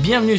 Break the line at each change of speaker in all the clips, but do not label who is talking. Bienvenue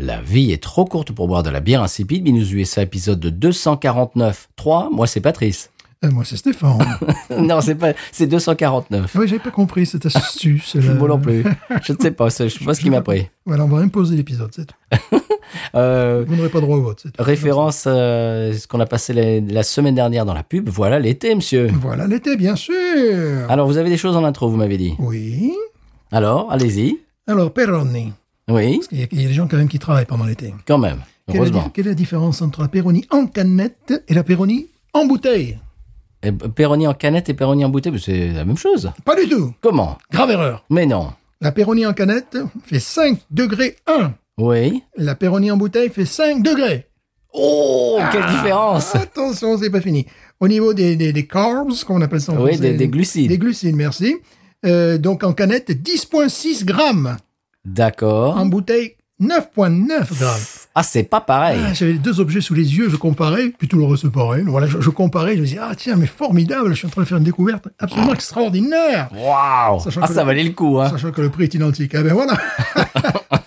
La vie est trop courte pour boire de la bière insipide. Binous USA épisode de 249. 3, moi c'est Patrice.
Euh, moi, c'est Stéphane.
non, c'est pas, c'est 249.
oui, j'avais pas compris cette astuce. là.
Moi non plus. Je ne sais pas, je sais pas ce qui m'a pris.
Voilà, on va même poser l'épisode, c'est tout.
Euh,
Vous n'aurez pas droit au vote, c'est tout.
Référence euh, ce qu'on a passé la, la semaine dernière dans la pub. Voilà l'été, monsieur.
Voilà l'été, bien sûr.
Ah. Alors, vous avez des choses en intro, vous m'avez dit.
Oui.
Alors, allez-y.
Alors, Peroni.
Oui,
Il y, a, il y a des gens quand même qui travaillent pendant l'été.
quand même.
Quelle, est la
Heureusement.
dif- quelle est la différence entre la Peroni en canette et la Peroni en bouteille
Et Eh, Péroni en canette et Péroni en bouteille, mais c'est la même chose.
Pas du tout.
Comment
Grave erreur.
Mais non.
La Peroni en canette fait 5 degrés 1.
Oui.
La Peroni en bouteille fait 5 degrés.
Oh, quelle différence
Ah. Attention, c'est pas fini. Au niveau des, des, des carbs, qu'on appelle ça en
Oui,
français,
des- des glucides.
Des glucides, merci. Euh, donc en canette, 10,6 grammes.
D'accord.
En bouteille, 9,9 grammes.
Ah, c'est pas pareil.
Ah, J'avais les deux objets sous les yeux, je comparais, puis tout le reste pareil. Voilà, je, je comparais, je me disais, ah tiens, mais formidable, je suis en train de faire une découverte absolument extraordinaire.
Waouh
Sachant
Ah,
que
ça
le-
valait le coup, hein
Sachant que le prix est identique. Ah ben voilà. Ah.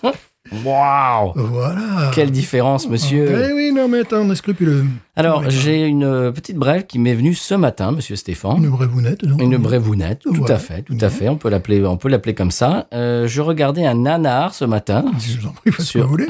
Waouh
voilà.
Quelle différence, monsieur
Eh oui, non, mais attends, on est scrupuleux.
Alors,
Ouais.
j'ai une euh, petite brève qui m'est venue ce matin, monsieur Stéphane.
Une vraie bounette, non
Une brévounette, tout
Ouais,
à fait, tout à
bien.
fait. On peut l'appeler, on peut l'appeler comme ça. Euh, je regardais un nanar ce matin,
Je vous en prie, faites ce que
Sur-
vous voulez.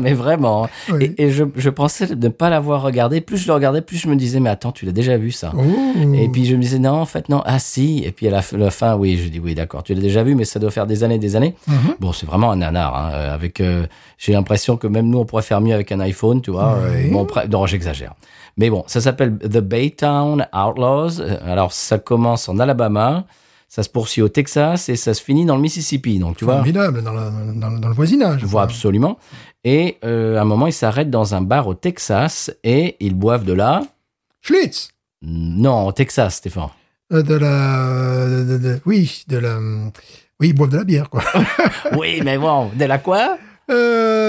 mais vraiment. hein.
Oui.
Et, et je, je pensais ne pas l'avoir regardé. Plus je le regardais, plus je me disais, mais attends, tu l'as déjà vu ça.
Oh.
Et puis je me disais, non, en fait, non, ah si. Et puis à la, f- la fin, oui, je dis, oui, d'accord, tu l'as déjà vu, mais ça doit faire des années, des années.
Mhm.
Bon, c'est vraiment un nanar. hein, euh, avec, euh, j'ai l'impression que même nous, on pourrait faire mieux avec un iPhone, tu vois. euh,
Ouais.
bon, pre- non, j'exagère. Mais bon, ça s'appelle The Baytown Outlaws. Euh, Alors, ça commence en Alabama, ça se poursuit au Texas et ça se finit dans le Mississippi. Donc, tu vois,
Formidable, dans, la- dans- dans le voisinage.
je vois
Voilà.
absolument. Et euh, à un moment, ils s'arrêtent dans un bar au Texas et ils boivent de la.
Schlitz
Non, au Texas, Stéphane.
euh, De la. de- de- de- oui, de la. Oui, ils boivent de la bière, quoi.
oui, mais bon, de la quoi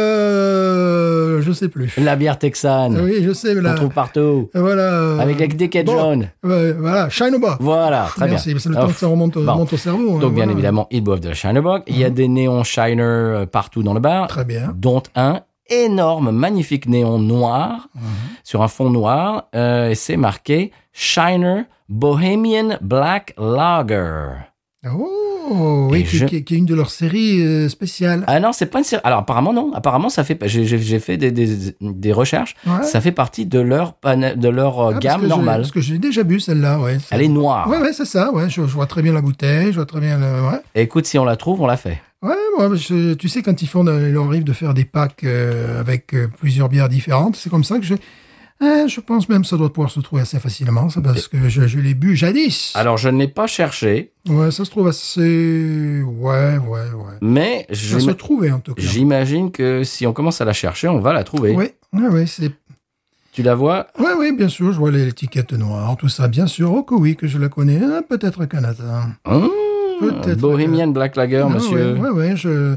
euh, je sais plus. Euh,
La bière texane.
Oui, je sais, mais
On
la.
trouve partout.
Voilà.
Avec la décade
bon.
jaune.
Ouais, voilà, Shine Oba.
Voilà, très
Merci,
bien. Ah,
c'est le temps que ça remonte, au-
Bon.
remonte au cerveau.
Donc,
hein,
bien
voilà. Mhm.
évidemment, ils boivent de la Shinerbock. Il y a des néons Shiner euh, partout dans le bar,
Très bien.
dont un énorme, magnifique néon noir
Mhm.
sur un fond noir. euh, et c'est marqué Shiner Bohemian Black Lager.
Oh,
Et
oui, qui,
je-
qui- qui est une de leurs séries euh, spéciales.
Ah non, c'est pas une série. Alors, apparemment, non. Apparemment, ça fait. J'ai, j'ai- j'ai fait des, des- des recherches.
Ouais.
Ça fait partie de leur, pana- de leur euh,
Ah, parce que
gamme
j'ai-
normale.
Parce que j'ai déjà bu celle-là, ouais.
Elle est noire.
Ouais, ouais, c'est ça, ouais. Je, je vois très bien la bouteille, je vois très bien le. Ouais.
Écoute, si on la trouve, on la fait.
Ouais, moi, je- tu sais, quand ils font, euh, il leur arrive de faire des packs euh, avec euh, plusieurs bières différentes, c'est comme ça que je. Ah, je pense même que ça doit pouvoir se trouver assez facilement, ça, parce que je, je l'ai bu jadis.
Alors, je ne l'ai pas cherché,
Ouais, ça se trouve assez. Ouais, ouais, ouais.
mais je.
Ça se trouvait, en tout cas.
J'imagine que si on commence à la chercher, on va la trouver.
Oui, oui, oui, c'est.
Tu la vois
Ouais, oui, bien sûr, je vois les- l'étiquette noire, tout ça, bien sûr. Oh, que oui, que je la connais, Ah, peut-être au Canada.
Hum,
Peut-être.
Bohemian Black Lager,
Ah,
monsieur.
Ouais, ouais, ouais, je,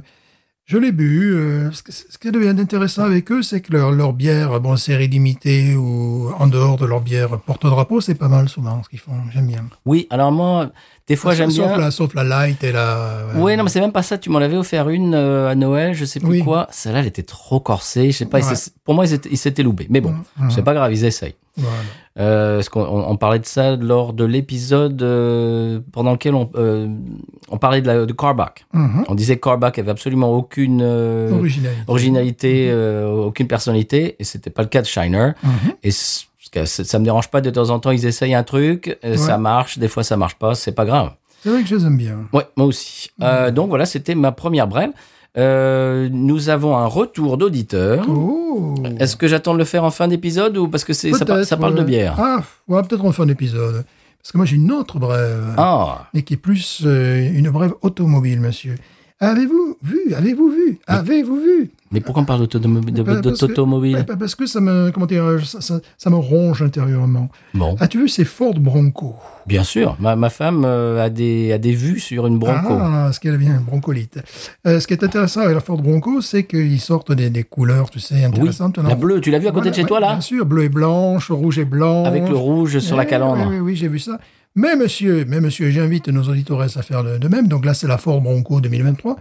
je l'ai bu. euh, ce, que- ce qui devient intéressant avec eux, c'est que leur, leur bière, bon, série limitée ou en dehors de leur bière porte-drapeau, c'est pas mal souvent ce qu'ils font. J'aime bien.
Oui, alors moi, des fois, j'aime
sauf
bien.
La, sauf la light et la.
Oui, non, mais c'est même pas ça. Tu m'en avais offert une euh, à Noël, je sais plus
Oui.
quoi. Celle-là, elle était trop corsée. Je sais pas. ils
Ouais.
s'est- Pour moi, ils étaient- ils s'étaient loupés. Mais bon, c'est pas grave, ils essayent.
Hum, Voilà.
Euh, parce qu'on on- on parlait de ça lors de l'épisode euh, pendant lequel on, euh, on parlait de, la, de Carback.
Mhm.
On disait que Carback avait absolument aucune euh,
Originalité.
originalité, euh, aucune personnalité, et c'était pas le cas de Shiner.
Mhm.
Et c- parce que ça, ça me dérange pas de temps en temps, ils essayent un truc, euh,
Ouais.
ça marche, des fois ça marche pas, c'est pas grave.
C'est vrai que je les aime bien.
Ouais, moi aussi. Euh, donc voilà, c'était ma première brève. Euh, nous avons un retour d'auditeur.
Oh.
Est-ce que j'attends de le faire en fin d'épisode ou parce que c'est ça, par-
Peut-être,
ça parle de
ouais.
bière
Ah, ouais, peut-être on fait un épisode. Parce que moi, j'ai une autre brève.
Ah,
mais qui est plus euh, une brève automobile, monsieur. Avez-vous vu Avez-vous vu Avez-vous vu
Mais pourquoi on parle d'autodomobile- de-
Bah,
de-
parce que-
d'automobile
bah, bah, Parce que ça me, comment dire, euh, ça, ça- ça me ronge intérieurement.
Bon,
As-tu vu ces Ford Bronco
bien sûr. Ma, ma femme euh, a, des, a des vues sur une Bronco.
Ah, ce qu'elle vient, broncolite. Euh, ce qui est intéressant avec la Ford Bronco, c'est qu'ils sortent des, des couleurs, tu sais,
oui,
intéressantes.
la bleue, tu l'as vu à côté
Voilà,
de chez
ouais,
toi là
Bien sûr, bleu et blanche, rouge et blanc.
Avec le rouge sur la
Oui,
calandre.
Oui, oui, oui, j'ai vu ça. Mais monsieur, mais monsieur, j'invite nos auditeurs à faire de, de même. Donc là, c'est la Ford Bronco 2023.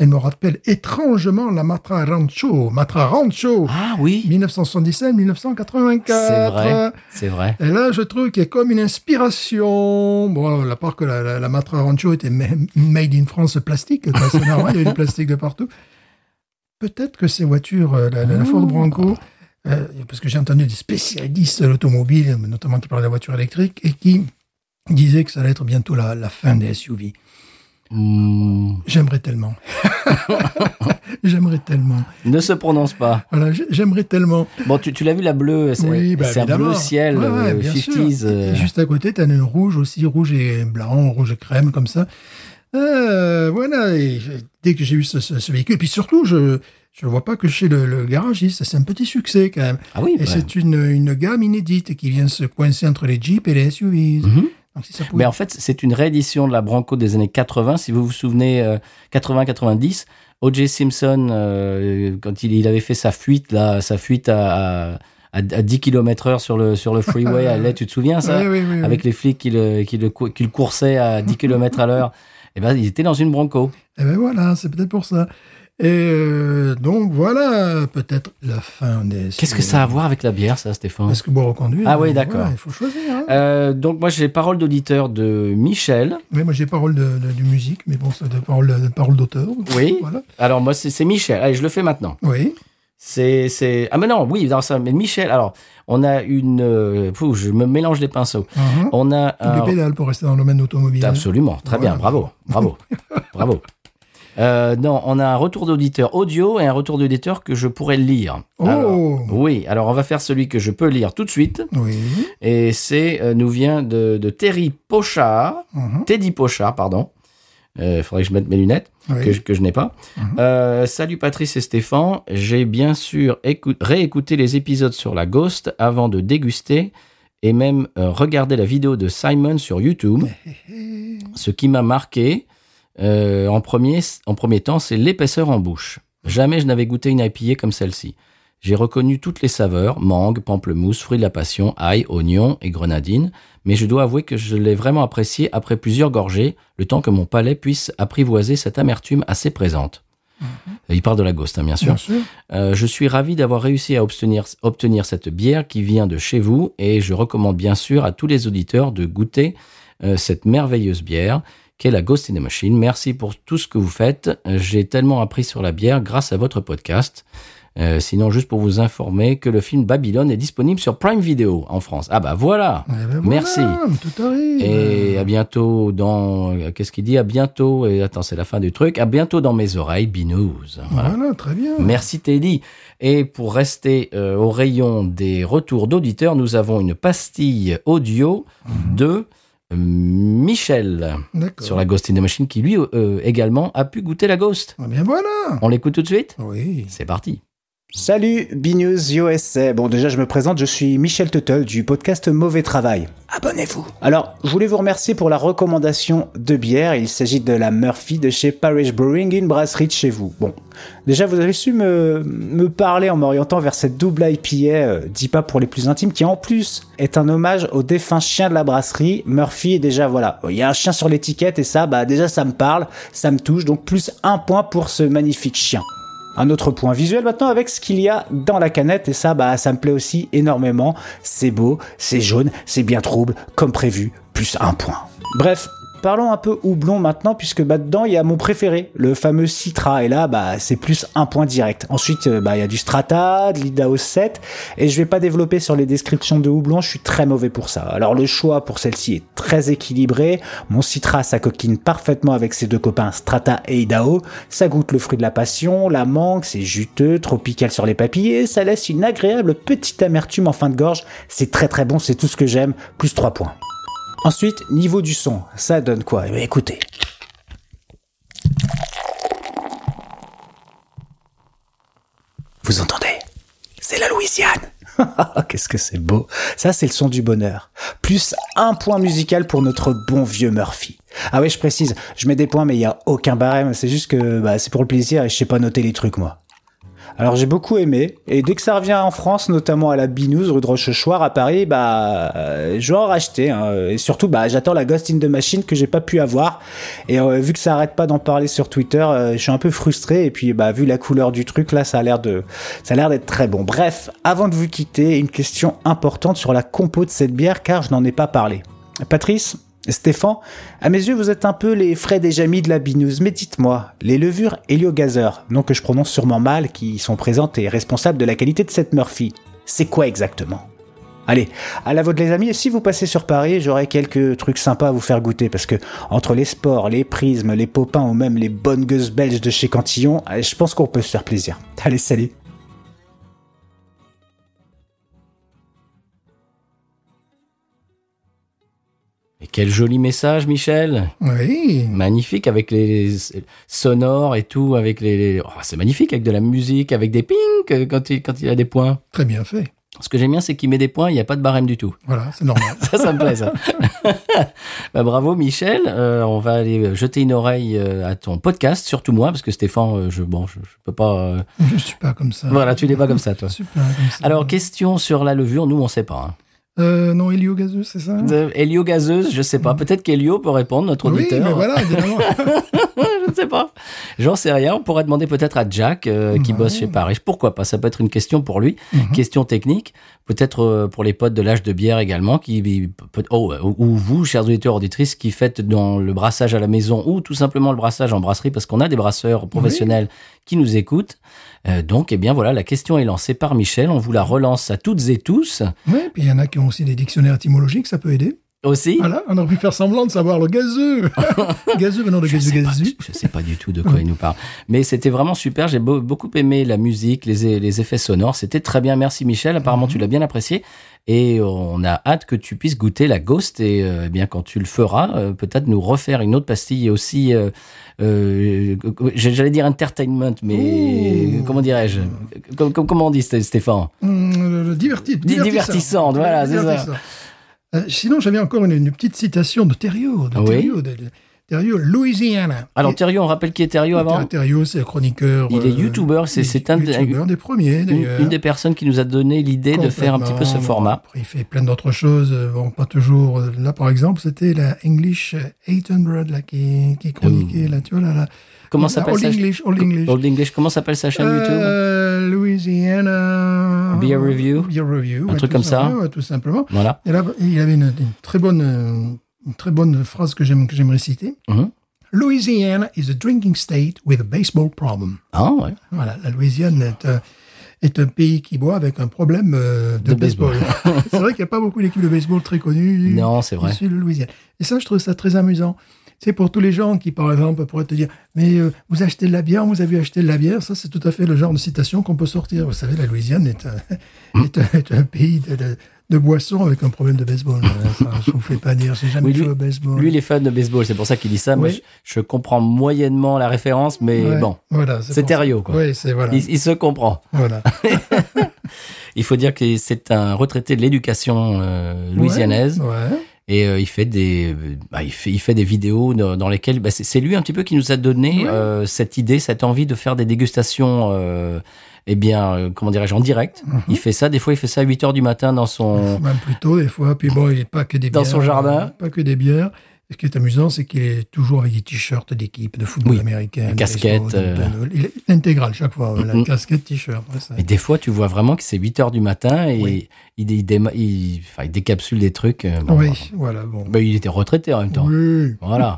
Elle me rappelle étrangement la Matra Rancho. Matra Rancho
Ah oui,
1977-1984.
c'est vrai, c'est vrai.
Et là, je trouve qu'il y a comme une inspiration. Bon, la part que la, la, la Matra Rancho était ma- made in France plastique, quoi. c'est normal, il y a du plastique de partout. Peut-être que ces voitures, euh, la, la- la Ford Bronco, euh, parce que j'ai entendu des spécialistes de l'automobile, notamment qui parlaient de la voiture électrique, et qui disaient que ça allait être bientôt la, la fin des SUV.
Hmm,
J'aimerais tellement. J'aimerais tellement.
ne se prononce pas.
Voilà, j'ai- j'aimerais tellement.
Bon, tu, tu l'as vu la bleue, c'est
Oui, bah,
c'est un
évidemment.
bleu euh, ciel,
Ouais, ouais,
euh,
bien sûr.
50s. euh,
Et juste à côté, t'as le rouge aussi, rouge et blanc, rouge et crème, comme ça. Euh, voilà, et je- dès que j'ai eu ce, ce- ce véhicule, puis surtout, je je vois pas que chez le, le garagiste, c'est un petit succès quand même.
Ah oui,
Et
ouais.
c'est une, une gamme inédite qui vient se coincer entre les Jeeps et les SUVs.
Mhm.
Donc, si ça pouvait-
Mais en fait, c'est une réédition de la Bronco des années 80. Si vous vous souvenez, euh, 80-90, O.J. Simpson, euh, quand il, il avait fait sa fuite, là, sa fuite à, à, à 10 km heure sur le, sur le freeway à LA, tu te souviens ça
Ouais, ouais, ouais, ouais.
Avec les flics qui le, qui le, cou- qui le coursaient à 10 km à l'heure. Eh ben, il était dans une Bronco.
Eh ben voilà, c'est peut-être pour ça. Et euh, donc voilà, peut-être la fin des.
Qu'est-ce que ça a à voir avec la bière, ça, Stéphane
Parce que boire au conduire.
Ah oui,
euh,
d'accord.
voilà, il faut choisir. hein.
Euh, Donc, moi, j'ai parole d'auditeur de Michel.
Oui, moi j'ai parole de, de- de musique, mais bon, c'est de parole, de parole d'auteur.
Oui.
Voilà.
Alors, moi, c'est c'est Michel. Allez, je le fais maintenant.
Oui.
C'est, c'est... Ah, mais non, oui, dans ça, mais Michel, alors, on a une... euh, fou, je me mélange les pinceaux.
Mhm.
On a
Ou
un...
des pédales pour rester dans le domaine automobile.
Absolument, très bien,
hein. Voilà.
bravo, bravo, bravo. Euh, non, on a un retour d'auditeur audio et un retour d'auditeur que je pourrais lire.
Oh.
Alors, oui, alors on va faire celui que je peux lire tout de suite.
Oui.
Et c'est, euh, nous vient de, de Terry Pochard,
Mhm.
Teddy Pochard, pardon. Euh, faudrait que je mette mes lunettes,
Oui.
que, je- que je n'ai pas.
Mhm.
Euh, salut Patrice et Stéphane. J'ai bien sûr écou- réécouté les épisodes sur la Ghost avant de déguster et même euh, regarder la vidéo de Simon sur YouTube.
Eh,
Mm-hmm. Ce qui m'a marqué euh, en, premier, en premier temps, c'est l'épaisseur en bouche. Jamais je n'avais goûté une IPA comme celle-ci. J'ai reconnu toutes les saveurs, mangue, pamplemousse, fruit de la passion, ail, oignon et grenadine, mais je dois avouer que je l'ai vraiment apprécié après plusieurs gorgées, le temps que mon palais puisse apprivoiser cette amertume assez présente. Il parle de la ghost, hein, bien sûr.
Bien sûr.
Euh, je suis ravi d'avoir réussi à obtenir, obtenir cette bière qui vient de chez vous et je recommande bien sûr à tous les auditeurs de goûter euh, cette merveilleuse bière qu'est la Ghost in the Machine. Merci pour tout ce que vous faites. Euh, J'ai tellement appris sur la bière grâce à votre podcast. Euh, sinon, juste pour vous informer que le film Babylone est disponible sur Prime Video en France. Ah bah voilà
Eh ben voilà,
Merci.
Tout arrive. Hmm.
et à bientôt dans... euh, Qu'est-ce qu'il dit À bientôt... Et attends, c'est la fin du truc. À bientôt dans mes oreilles, binous. Voilà.
Voilà. très bien.
Merci Teddy. Et pour rester euh, au rayon des retours d'auditeurs, nous avons une pastille audio de euh, Michel
D'accord.
sur la Ghost in the Machine qui lui euh, également a pu goûter la Ghost.
Eh bien voilà.
On l'écoute tout de suite
Oui.
C'est parti.
Salut BNews USA. Bon déjà je me présente, je suis Michel Tuttle du podcast Mauvais Travail. Abonnez-vous. Alors, je voulais vous remercier pour la recommandation de bière. Il s'agit de la Murphy de chez Parish Brewing, une brasserie de chez vous. Bon, déjà vous avez su me, me parler en m'orientant vers cette double IPA, euh, dis pas pour les plus intimes, qui en plus est un hommage au défunt chien de la brasserie. Murphy, déjà voilà, il y a un chien sur l'étiquette et ça, bah déjà ça me parle, ça me touche, donc plus un point pour ce magnifique chien. Un autre point visuel maintenant avec ce qu'il y a dans la canette et ça bah ça me plaît aussi énormément. C'est beau, c'est jaune, c'est bien trouble comme prévu, plus un point. Bref, parlons un peu houblon maintenant puisque bah dedans il y a mon préféré, le fameux Citra et là bah c'est plus un point direct. Ensuite euh, bah il y a du Strata, de l'Idaho 7 et je vais pas développer sur les descriptions de houblon, je suis très mauvais pour ça. Alors le choix pour celle-ci est très équilibré. Mon Citra ça coquine parfaitement avec ses deux copains Strata et Idaho. Ça goûte le fruit de la passion, la mangue, c'est juteux, tropical sur les papilles et ça laisse une agréable petite amertume en fin de gorge. C'est très très bon, c'est tout ce que j'aime, plus 3 points. ben, Ensuite, niveau du son, ça donne quoi Eh bien, écoutez. Vous entendez C'est la Louisiane. Oh, Qu'est-ce que c'est beau. Ça, c'est le son du bonheur. Plus un point musical pour notre bon vieux Murphy. Ah ouais, je précise, je mets des points, mais il n'y a aucun barème. C'est juste que bah, c'est pour le plaisir et je sais pas noter les trucs, moi. Alors j'ai beaucoup aimé, et dès que ça revient en France, notamment à la Binouze, rue de Rochechouart à Paris, bah euh, je vais en racheter. hein. Et surtout, bah j'attends la Ghost in the Machine que j'ai pas pu avoir. Et euh, vu que ça arrête pas d'en parler sur Twitter, euh, je suis un peu frustré. Et puis bah vu la couleur du truc, là ça a l'air de ça a l'air d'être très bon. Bref, avant de vous quitter, une question importante sur la compo de cette bière, car je n'en ai pas parlé. Patrice, Stéphane, à mes yeux, vous êtes un peu les frais et Jamie de la binouze, mais dites-moi, les levures héliogazeurs, nom que je prononce sûrement mal, qui sont présentes et responsables de la qualité de cette Murphy, c'est quoi exactement Allez, à la vôtre les amis, et si vous passez sur Paris, j'aurai quelques trucs sympas à vous faire goûter, parce que entre les sports, les prismes, les popins ou même les bonnes gueuses belges de chez Cantillon, euh, je pense qu'on peut se faire plaisir. Allez, salut
Et quel joli message, Michel.
Oui.
Magnifique avec les sonores et tout, avec les. oh, c'est magnifique avec de la musique, avec des pings euh, quand il, quand il a des points.
Très bien fait.
Ce que j'aime bien, c'est qu'il met des points, il n'y a pas de barème du tout.
Voilà, c'est normal.
Ça, ça me plaît, ça. Bah, bravo, Michel. Euh, on va aller jeter une oreille euh, à ton podcast, surtout moi, parce que Stéphane, euh, je, bon, je, je peux pas. euh,
je suis pas comme ça.
Voilà, tu n'es pas comme ça, toi.
Je suis pas comme ça.
Alors, question sur la levure, nous, on sait pas.
Euh, non, Elio Gazeux, c'est ça
Hein. De- Hélio gazeuse, je sais pas. Peut-être qu'Hélio peut répondre, notre
Oui,
auditeur.
mais voilà, évidemment.
je ne sais pas. J'en sais rien. On pourrait demander peut-être à Jack, euh, qui
Ouais.
bosse chez Paris. Pourquoi pas Ça peut être une question pour lui,
Mhm.
question technique. Peut-être euh, pour les potes de l'âge de bière également, qui peut- oh, euh, ou vous, chers auditeurs auditrices, qui faites dans le brassage à la maison ou tout simplement le brassage en brasserie, parce qu'on a des brasseurs professionnels qui nous écoutent. Euh, donc, eh bien voilà, la question est lancée par Michel. On vous la relance à toutes et tous
Oui, puis il y en a qui ont aussi des dictionnaires étymologiques, ça peut aider.
aussi.
Voilà, Ah on aurait pu faire semblant de savoir le gazeux. gazeux, mais non, le
Je
gazeux
sais, pas,
gazeux.
je sais pas du tout de quoi il nous parle. Mais c'était vraiment super. J'ai beau- beaucoup aimé la musique, les, les effets sonores. C'était très bien. Merci Michel. Apparemment, tu l'as bien apprécié. Et on a hâte que tu puisses goûter la Ghost. Et euh, eh bien, quand tu le feras, euh, peut-être nous refaire une autre pastille aussi. euh, euh, J'allais dire entertainment, mais
Ouh.
comment dirais-je Com- com- Comment on dit, Sté- Stéphane
Hum, le- le diverti-
Di- divertissante, voilà, c'est ça.
Divertissant. Euh, sinon, j'avais encore une, une petite citation de Thériault. De
Ah Oui.
Thériault, de- de- Thériault, Louisiana.
Alors,
Et-
Thériault, on rappelle qui est Thériault avant
Thériault, c'est le chroniqueur.
Il est
euh,
youtubeur, c'est-
il-
c'est un des-
youtubeur des premiers,
une,
d'ailleurs.
une des personnes qui nous a donné l'idée de faire un petit peu ce
Complètement.
format.
Après, il fait plein d'autres choses, euh, bon, pas toujours. euh, Là, par exemple, c'était la English 800 là, qui, qui chroniquait, là, tu vois, là. là.
Comment
Ah,
s'appelle
All
ça
English, All English.
Old English. Comment s'appelle sa chaîne YouTube hein.
Euh, Louisiana.
Beer Review.
Beer Review.
Un
ouais,
truc
tout
comme ça.
ouais, ouais, tout simplement.
Voilà.
Et là, il avait une, une très bonne, euh, une très bonne phrase que j'aime, que j'aimerais citer.
Mhm.
Louisiana is a drinking state with a baseball problem.
Ah ouais.
Voilà, la Louisiane est un, est un pays qui boit avec un problème euh, de,
De baseball.
baseball. c'est vrai qu'il n'y a pas beaucoup d'équipes de baseball très connues.
Non, c'est vrai.
Ici, le Louisiane. Et ça, je trouve ça très amusant. C'est pour tous les gens qui, par exemple, pourraient te dire Mais euh, vous achetez de la bière, vous avez acheté de la bière. Ça, c'est tout à fait le genre de citation qu'on peut sortir. Vous savez, la Louisiane est un,
Hmm.
est un, est un pays de, de- de boissons avec un problème de baseball. Voilà, ça, je vous fais pas dire, j'ai jamais
Oui,
joué
lui-
au baseball.
Lui, il est fan de baseball, c'est pour ça qu'il dit ça. Moi, je,
Oui.
je comprends moyennement la référence, mais
Ouais,
bon,
voilà,
c'est
pour ça.
Thériault, quoi.
Oui, c'est voilà.
il, il se comprend.
voilà.
Il faut dire que c'est un retraité de l'éducation euh, louisianaise
Ouais, ouais.
et euh, il fait des, bah, il fait, il fait des vidéos dans, dans lesquelles bah, c'est- c'est lui un petit peu qui nous a donné
Ouais.
euh, cette idée, cette envie de faire des dégustations. Euh, eh bien, euh, comment dirais-je, en direct.
Mm-hmm.
Il fait ça, des fois il fait ça à 8 heures du matin dans son...
Même plus tôt, Bah, des fois. Puis bon, il n'est pas que des
Dans
bières. euh,
son jardin.
Pas que des bières. Ce qui est amusant, c'est qu'il est toujours avec des t-shirts d'équipe de football
Oui.
américain.
Des
de
casquettes,
baseball, de-
euh.
de- Il est intégral chaque fois. voilà,
Mhm.
Casquette, t-shirt. ouais, ça-
Mais des fois, tu vois vraiment que c'est 8 heures du matin et
Oui.
il, dé- il déma- il- enfin, il décapsule des trucs. euh, bon,
oui,
bon.
voilà. Bon.
Ben, il était retraité en même temps.
Oui,
Voilà.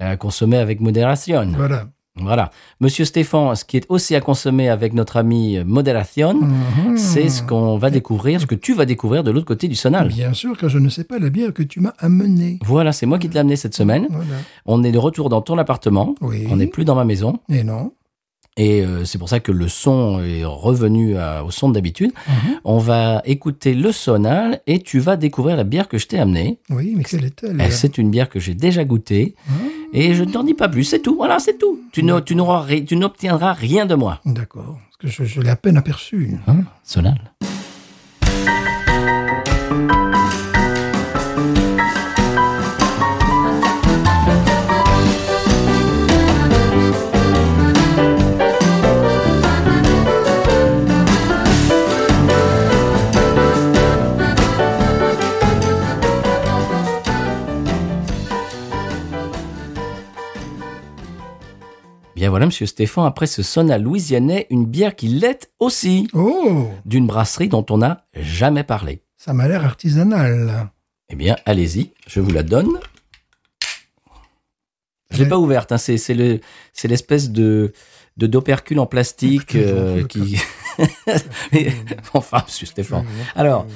À consommer avec modération.
voilà.
Voilà. Monsieur Stéphane, ce qui est aussi à consommer avec notre ami euh, modération,
Mhm.
c'est ce qu'on va découvrir, ce que tu vas découvrir de l'autre côté du sonal.
Bien sûr, car je ne sais pas la bière que tu m'as amenée.
Voilà, c'est moi qui te l'ai amené cette semaine.
Voilà.
On est de retour dans ton appartement.
Oui.
On n'est plus dans ma maison.
Et non.
Et euh, c'est pour ça que le son est revenu à- au son d'habitude.
Mhm.
On va écouter le sonal et tu vas découvrir la bière que je t'ai amenée.
Oui, mais quelle est-elle
Eh, C'est une bière que j'ai déjà goûtée
hein
Et je ne t'en dis pas plus, c'est tout. Voilà, c'est tout. Tu n'o- tu n'auras ri- tu n'obtiendras rien de moi.
D'accord. Parce que je, je l'ai à peine aperçu.
Hein, Solal Bien voilà, Monsieur Stéphane, après ce son à Louisianais, une bière qui l'est aussi
Oh
d'une brasserie dont on n'a jamais parlé.
Ça m'a l'air artisanal.
Eh bien, allez-y, je vous la donne. Je l'ai
Ouais.
pas ouverte, hein, c'est c'est le- c'est l'espèce de de d'opercule en plastique
Toujours,
euh,
le
qui. Mais- enfin, monsieur Stéphane. Alors,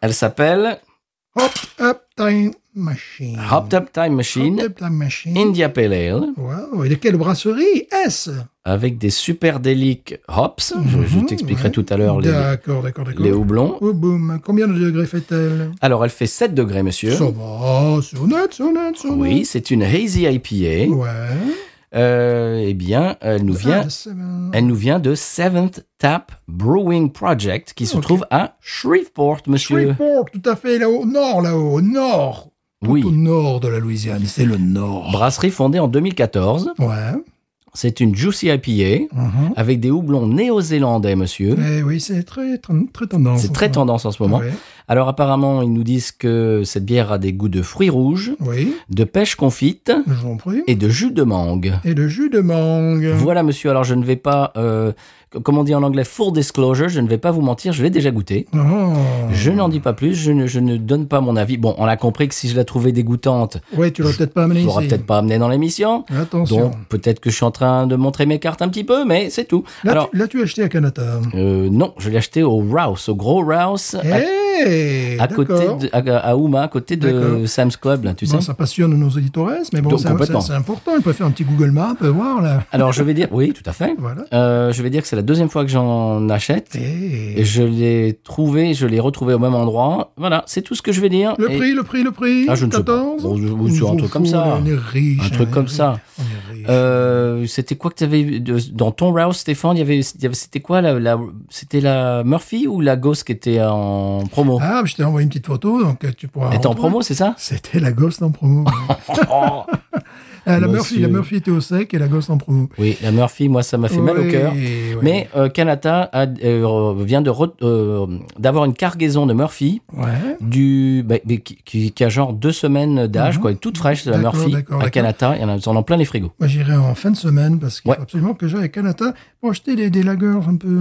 elle s'appelle
Hop Up Time Machine.
Hop Up Time
Hop
Machine
Euh, Up Time Machine.
India Pale Ale
Wow. Et de quelle brasserie est-ce
avec des superdéliques hops. Je, je
Mhm,
t'expliquerai
ouais.
tout à l'heure les,
D'accord, d'accord, d'accord.
les houblons.
Oh, boum. Combien de degrés fait-elle
Alors, elle fait 7 degrés, monsieur.
Ça va, c'est honnête, c'est honnête, c'est
Oui,
honnête.
c'est une Hazy IPA.
Ouais.
Euh, eh bien, elle nous vient Eh,
Ah, c'est bien.
Elle nous vient de Seventh Tap Brewing Project qui se
Ok.
trouve à Shreveport, monsieur.
Shreveport, tout à fait, là-haut, au nord, là-haut, au nord. Tout
Oui.
Au nord de la Louisiane, c'est le nord.
Brasserie fondée en 2014.
Ouais.
C'est une Juicy IPA
Mhm.
avec des houblons néo-zélandais, monsieur.
Eh oui, c'est très, très, très tendance.
C'est
en
très
ce moment.
tendance en ce moment.
hein. Ouais.
Alors apparemment, ils nous disent que cette bière a des goûts de fruits rouges,
Oui,
de pêche confite
je vous en prie.
et de jus de mangue.
Et le jus de mangue.
Voilà, monsieur. Alors je ne vais pas, euh, c- comme on dit en anglais, full disclosure, je ne vais pas vous mentir, je l'ai déjà goûté.
Oh.
Je n'en dis pas plus, je ne, je ne donne pas mon avis. Bon, on a compris que si je la trouvais dégoûtante,
Ouais, tu l'auras peut-être pas amené
Je
ici.
l'aurais peut-être pas amené dans l'émission.
Attention.
Donc peut-être que je suis en train de montrer mes cartes un petit peu, mais c'est tout.
Là,
Alors
tu, là, tu as acheté à Canada.
euh, non, je l'ai acheté au Rouse, au gros Rouse, Euh, à-
Eh
à, côté
d'accord.
de, à, à Houma, à côté de
D'accord.
Sam's Club, là, tu sais.
Bon, ça passionne nos auditeurs, mais bon,
Donc,
c'est-
complètement.
c'est c'est important. Il peut faire un petit Google Maps, euh, voir là.
Alors je vais dire, oui, tout à fait.
Voilà.
Euh, je vais dire que c'est la deuxième fois que j'en achète.
Eh.
Et je l'ai trouvé, je l'ai retrouvé au même endroit. Voilà, c'est tout ce que je vais dire.
Le
Et
prix, le prix, le prix.
Ah, je ne sais pas.
14.
Ou- ou sur un truc comme ça.
On est riche.
Un truc
on est
comme
riche,
ça.
on est riche.
euh, c'était quoi que tu avais dans ton Rouse, Stéphane Il y avait, il y avait- c'était quoi la, la- c'était la Murphy ou la Ghost qui était en promo
Ah, je t'ai envoyé une petite photo, donc euh, tu pourras.
Elle était en
retrouver.
promo, c'est ça
C'était la Ghost en promo.
Oh.
Ah, la,
Monsieur.
Murphy, la Murphy était au sec et la Ghost en promo.
Oui, la Murphy, moi, ça m'a fait mal au
Ouais,
cœur.
ouais.
Mais euh, Kanata a- euh, vient de re- euh, d'avoir une cargaison de Murphy
Ouais.
du bah, mais qui, qui- qui a genre deux semaines d'âge,
Mhm.
quoi, toute fraîche de la
D'accord,
Murphy
d'accord,
à
d'accord.
Kanata. Il y en a, ils en ont plein les frigos.
Moi, j'irai en fin de semaine parce qu'il
Ouais.
faut absolument que j'aille à Canada pour acheter des, des lagers un peu,